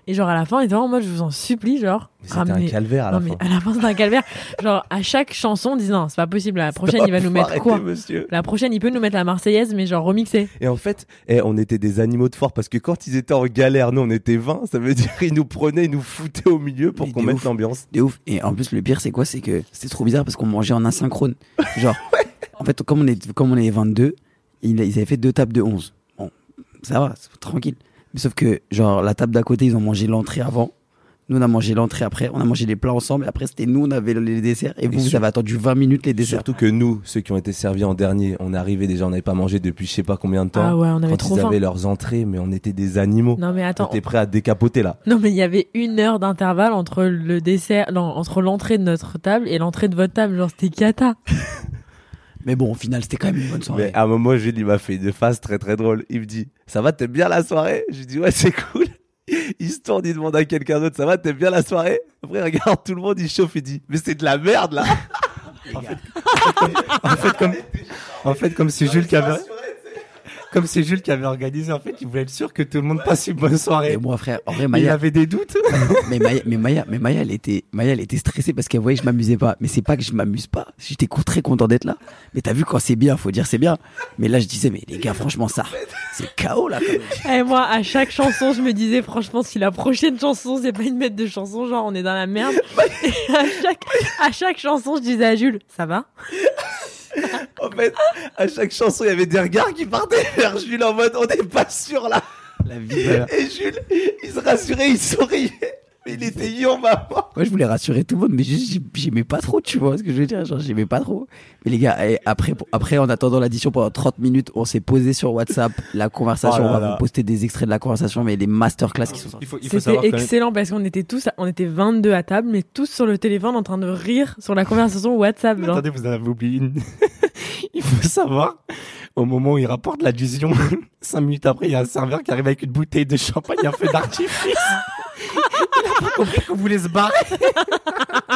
Speaker 1: Et genre, à la fin, ils étaient en mode, je vous en supplie, genre,
Speaker 6: Ah,
Speaker 1: ramenez.
Speaker 6: calvaire
Speaker 1: Non, mais à la fin, c'était un calvaire. genre, à chaque chanson, on disait, non, c'est pas possible. La prochaine, il va nous mettre quoi?
Speaker 6: monsieur.
Speaker 1: La prochaine, il peut nous mettre la Marseillaise, mais genre remixée.
Speaker 6: Et en fait, eh, on était des animaux de fort parce que quand ils étaient en galère, nous on était 20, ça veut dire ils nous prenaient, ils nous foutaient au milieu pour
Speaker 2: Mais
Speaker 6: qu'on
Speaker 2: de
Speaker 6: mette
Speaker 2: ouf.
Speaker 6: l'ambiance.
Speaker 2: Des ouf. Et en plus, le pire, c'est quoi C'est que c'était trop bizarre parce qu'on mangeait en asynchrone. Genre, en fait, comme on est, comme on est 22, ils, ils avaient fait deux tables de 11. Bon, ça va, c'est tranquille. Mais sauf que, genre, la table d'à côté, ils ont mangé l'entrée avant. Nous, on a mangé l'entrée après. On a mangé les plats ensemble. Et après, c'était nous, on avait les desserts. Et vous, vous
Speaker 6: sur-
Speaker 2: avez attendu 20 minutes les
Speaker 6: Et
Speaker 2: desserts.
Speaker 6: surtout que nous, ceux qui ont été servis en dernier, on arrivait déjà, on n'avait pas mangé depuis je sais pas combien de temps.
Speaker 1: Ah ouais, on avait
Speaker 6: quand
Speaker 1: trop
Speaker 6: ils
Speaker 1: faim.
Speaker 6: avaient leurs entrées, mais on était des animaux.
Speaker 1: Non, mais
Speaker 6: On
Speaker 1: attends,
Speaker 6: était prêts à décapoter là.
Speaker 1: Non, mais il y avait une heure d'intervalle entre le dessert, non, entre l'entrée de notre table et l'entrée de votre table. Genre, c'était cata.
Speaker 2: Mais bon, au final, c'était quand même une bonne soirée.
Speaker 6: Mais à un moment, Jules, il m'a fait une face très très drôle. Il me dit Ça va, t'aimes bien la soirée Je lui dis Ouais, c'est cool. Il se tourne, il demande à quelqu'un d'autre Ça va, t'aimes bien la soirée Après, il regarde tout le monde, il chauffe, il dit Mais c'est de la merde là
Speaker 5: En fait, comme, en fait, comme c'est Jules qui avait, comme c'est Jules qui avait organisé, en fait, il voulait être sûr que tout le monde passe une bonne
Speaker 2: Et
Speaker 5: soirée.
Speaker 2: moi, frère, en vrai,
Speaker 5: Mais il
Speaker 2: Maya,
Speaker 5: avait des doutes.
Speaker 2: mais Maya, mais Maya, mais Maya, elle était, Maya, elle était stressée parce qu'elle voyait que je m'amusais pas. Mais c'est pas que je m'amuse pas. J'étais co- très content d'être là. Mais t'as vu quand c'est bien, faut dire c'est bien. Mais là, je disais, mais les gars, franchement, ça, c'est chaos là. quand même.
Speaker 1: Et moi, à chaque chanson, je me disais, franchement, si la prochaine chanson, c'est pas une mètre de chanson, genre, on est dans la merde. Et à chaque, à chaque chanson, je disais à Jules, ça va?
Speaker 6: En fait, à chaque chanson, il y avait des regards qui partaient vers Jules en mode On n'est pas sûr là
Speaker 2: La vie. voilà.
Speaker 6: Et Jules, il se rassurait, il souriait. Mais il était yon, maman
Speaker 2: Moi, je voulais rassurer tout le monde, mais juste, j'ai- j'aimais pas trop, tu vois ce que je veux dire. Genre, j'aimais pas trop. Mais les gars, eh, après, pour- après, en attendant l'addition pendant 30 minutes, on s'est posé sur WhatsApp la conversation.
Speaker 6: Oh là
Speaker 2: on va
Speaker 6: là.
Speaker 2: vous poster des extraits de la conversation, mais les masterclass qui sont sortis.
Speaker 5: faut,
Speaker 1: C'était excellent parce qu'on était tous, à- on était 22 à table, mais tous sur le téléphone en train de rire sur la conversation WhatsApp, genre.
Speaker 5: Attendez, vous en avez oublié une. il faut savoir, au moment où il rapporte l'addition, cinq minutes après, il y a un serveur qui arrive avec une bouteille de champagne et un feu d'artifice. il a pas compris qu'on voulait se barrer.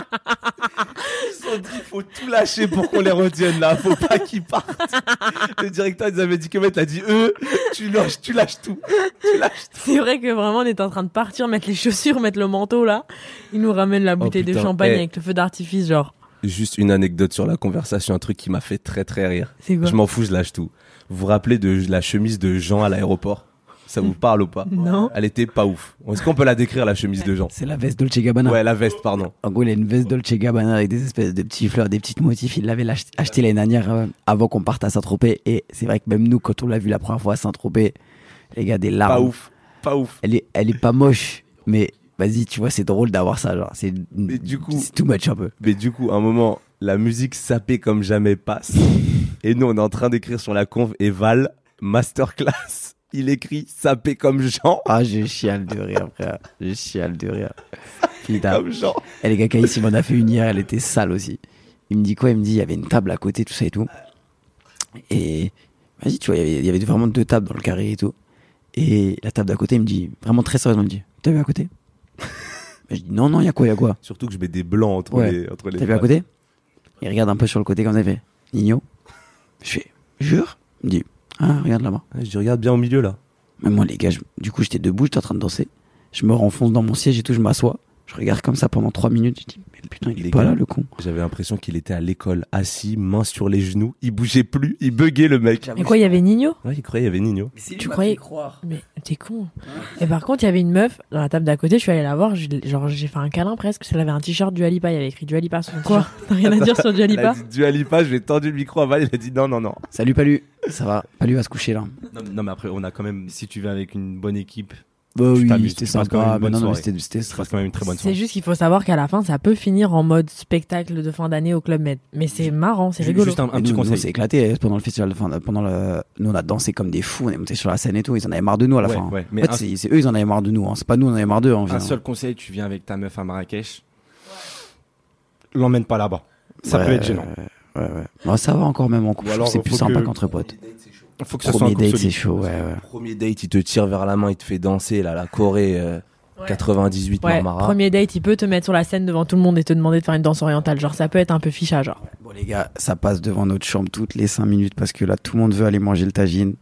Speaker 6: Ils se sont dit Il faut tout lâcher pour qu'on les retienne là, faut pas qu'ils partent. Le directeur, il nous avait dit que mettre, il a dit Eux, tu lâches, tu lâches tout. Tu lâches
Speaker 1: C'est vrai que vraiment, on était en train de partir, mettre les chaussures, mettre le manteau, là. Ils nous ramènent la bouteille de
Speaker 6: putain,
Speaker 1: champagne
Speaker 6: eh.
Speaker 1: avec le feu d'artifice, genre.
Speaker 6: juste une anecdote sur la conversation, un truc qui m'a fait très très rire.
Speaker 1: C'est
Speaker 2: ben
Speaker 1: quoi
Speaker 6: Je m'en fous, je lâche tout. Vous vous rappelez de la chemise de Jean à l'aéroport Ça vous parle ou pas
Speaker 1: Non.
Speaker 6: Elle était pas ouf. Est-ce qu'on peut la décrire, la chemise de Jean
Speaker 2: C'est la veste Dolce Gabbana.
Speaker 6: Ouais, la veste, pardon.
Speaker 2: En gros, il a une veste Dolce Gabbana avec des espèces de petits fleurs, des petits motifs. Il l'avait lach- acheté l'année dernière euh, avant qu'on parte à Saint-Tropez. Et c'est vrai que même nous, quand on l'a vu la première fois à Saint-Tropez, les gars, des larmes.
Speaker 6: Pas ouf. Pas ouf.
Speaker 2: Elle est, elle est pas moche, mais vas-y, tu vois, c'est drôle d'avoir ça. Genre, c'est
Speaker 6: Mais du coup-
Speaker 2: c'est too much un peu.
Speaker 6: Mais du coup, à un moment, la musique sapée comme jamais passe. Et nous, on est en train d'écrire sur la conve et Val, masterclass. Il écrit sapé comme Jean.
Speaker 2: Ah, je chiale de rire, frère. Je chiale de rire. Putain.
Speaker 6: Comme Jean.
Speaker 2: Et les gars, Caïs, il m'en a fait une hier, elle était sale aussi. Il me dit quoi Il me dit, il y avait une table à côté, tout ça et tout. Et vas-y, tu vois, il y avait- il y avait vraiment deux tables dans le carré et tout. Et la table d'à côté, il me dit, vraiment très sérieusement, il me dit, t'as vu à côté Je dis, non, non, il y a quoi, il y a quoi
Speaker 6: Surtout que je mets des blancs entre
Speaker 2: Ouais.
Speaker 6: les. Entre les
Speaker 2: T'as vu à
Speaker 6: phrases.
Speaker 2: côté Il regarde un peu sur le côté comme ça, il fait, Nino Je fais, jure Il me dit, ah, regarde là-bas.
Speaker 6: Ouais, Je dis, regarde bien au milieu là.
Speaker 2: Mais moi, les gars, je- du coup, j'étais debout, j'étais en train de danser. Je me renfonce dans mon siège et tout, je m'assois. Je regarde comme ça pendant trois minutes. Je dis, mais putain, il est
Speaker 6: Les
Speaker 2: pas
Speaker 6: gars.
Speaker 2: là, le con.
Speaker 6: J'avais l'impression qu'il était à l'école, assis, main sur les genoux. Il bougeait plus, il buguait le mec.
Speaker 1: Mais quoi, il y avait Nino
Speaker 6: Ouais, il croyait, il y avait Nino.
Speaker 1: Tu croyais croire. Mais t'es con. Et par contre, il y avait une meuf dans la table d'à côté, je suis allée la voir, je l'ai- genre j'ai fait un câlin presque, parce qu'elle avait un t-shirt du Alipa, il y avait écrit du Alipa sur son t-shirt. T'as rien à dire sur du
Speaker 6: Il a
Speaker 1: Alipa
Speaker 6: dit du Alipa, je lui ai tendu le micro à Val, il a dit non, non, non.
Speaker 2: Salut Palu, ça va Palu va se coucher là.
Speaker 5: Non, mais- non, mais après, on a quand même, si tu vas avec une bonne équipe,
Speaker 2: Bah
Speaker 5: Tu
Speaker 2: oui,
Speaker 5: t'amuses,
Speaker 2: c'était
Speaker 5: tu passes quand même
Speaker 2: sympa,
Speaker 5: une
Speaker 2: mais
Speaker 5: bonne
Speaker 2: non, non, mais
Speaker 5: soirée.
Speaker 2: c'était c'était
Speaker 5: ça passe quand même une très bonne
Speaker 1: C'est
Speaker 5: soirée.
Speaker 1: juste qu'il faut savoir qu'à la fin, ça peut finir en mode spectacle de fin d'année au Club Med. Mais c'est marrant, c'est
Speaker 5: Ju-
Speaker 1: rigolo.
Speaker 5: Juste un, un
Speaker 2: Mais
Speaker 5: petit
Speaker 2: nous, nous, on s'est
Speaker 5: conseil.
Speaker 2: éclaté hein, pendant le festival, enfin, pendant le... nous on a dansé comme des fous, on est monté sur la scène et tout, ils en avaient marre de nous à la
Speaker 5: Ouais,
Speaker 2: fin.
Speaker 5: ouais,
Speaker 2: En
Speaker 5: mais
Speaker 2: fait,
Speaker 5: un-
Speaker 2: c'est- c'est eux, ils en avaient marre de nous, hein. c'est pas nous, on en avait marre d'eux. hein, en
Speaker 5: Un
Speaker 2: fait.
Speaker 5: seul conseil, tu viens avec ta meuf à Marrakech, l'emmène pas là-bas. Ça
Speaker 2: hein. Ouais,
Speaker 5: peut être gênant.
Speaker 2: Ouais, ouais. Moi, ça va encore même en couple,
Speaker 5: Ou alors,
Speaker 2: c'est plus
Speaker 5: faut
Speaker 2: sympa
Speaker 5: que-
Speaker 2: qu'entre potes.
Speaker 5: Faut que ce soit un
Speaker 2: Premier
Speaker 5: couple
Speaker 2: date, c'est
Speaker 5: solide.
Speaker 2: chaud, ouais, ouais.
Speaker 6: Premier date, il te tire vers la main, il te fait danser, là, la Corée euh, 98
Speaker 1: Ouais,
Speaker 6: Marmara.
Speaker 1: premier date, il peut te mettre sur la scène devant tout le monde et te demander de faire une danse orientale. Genre, ça peut être un peu ficha, genre.
Speaker 2: Bon, les gars, ça passe devant notre chambre toutes les 5 minutes parce que là, tout le monde veut aller manger le tagine.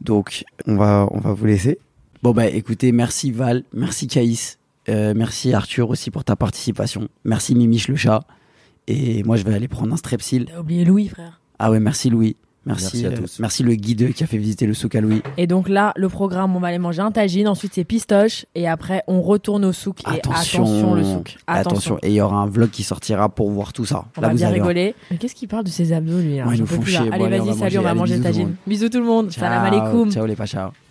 Speaker 2: Donc, on va, on va vous laisser. Bon, bah écoutez, merci Val, merci Caïs, euh, merci Arthur aussi pour ta participation. Merci Mimiche le chat. Et moi, je vais aller prendre un strepsil.
Speaker 1: T'as oublié Louis, frère.
Speaker 2: Ah ouais, merci Louis. Merci,
Speaker 6: Merci à
Speaker 2: euh,
Speaker 6: tous.
Speaker 2: merci le guide qui a fait visiter le souk à Louis.
Speaker 1: Et donc là, le programme, on va aller manger un tagine, ensuite c'est pistoche, et après on retourne au souk. Et
Speaker 2: Attention.
Speaker 1: attention, le souk. Attention.
Speaker 2: Et il y aura un vlog qui sortira pour voir tout ça.
Speaker 1: On
Speaker 2: Là,
Speaker 1: va
Speaker 2: vous
Speaker 1: bien
Speaker 2: allez voir.
Speaker 1: rigoler. Mais qu'est-ce qu'il parle de ses abdos, lui là
Speaker 2: Ouais, ils
Speaker 1: J'en
Speaker 2: nous
Speaker 1: peux
Speaker 2: font
Speaker 1: plus, là.
Speaker 2: chier. Bon,
Speaker 1: Allez,
Speaker 2: allez, on
Speaker 1: vas-y,
Speaker 2: va
Speaker 1: salut, on va
Speaker 2: manger.
Speaker 1: manger
Speaker 2: Allez,
Speaker 1: le tagine.
Speaker 2: bisous tout le monde.
Speaker 1: Bisous tout le monde. Salam
Speaker 2: Ciao,
Speaker 1: alaikum.
Speaker 2: Ciao les pachas.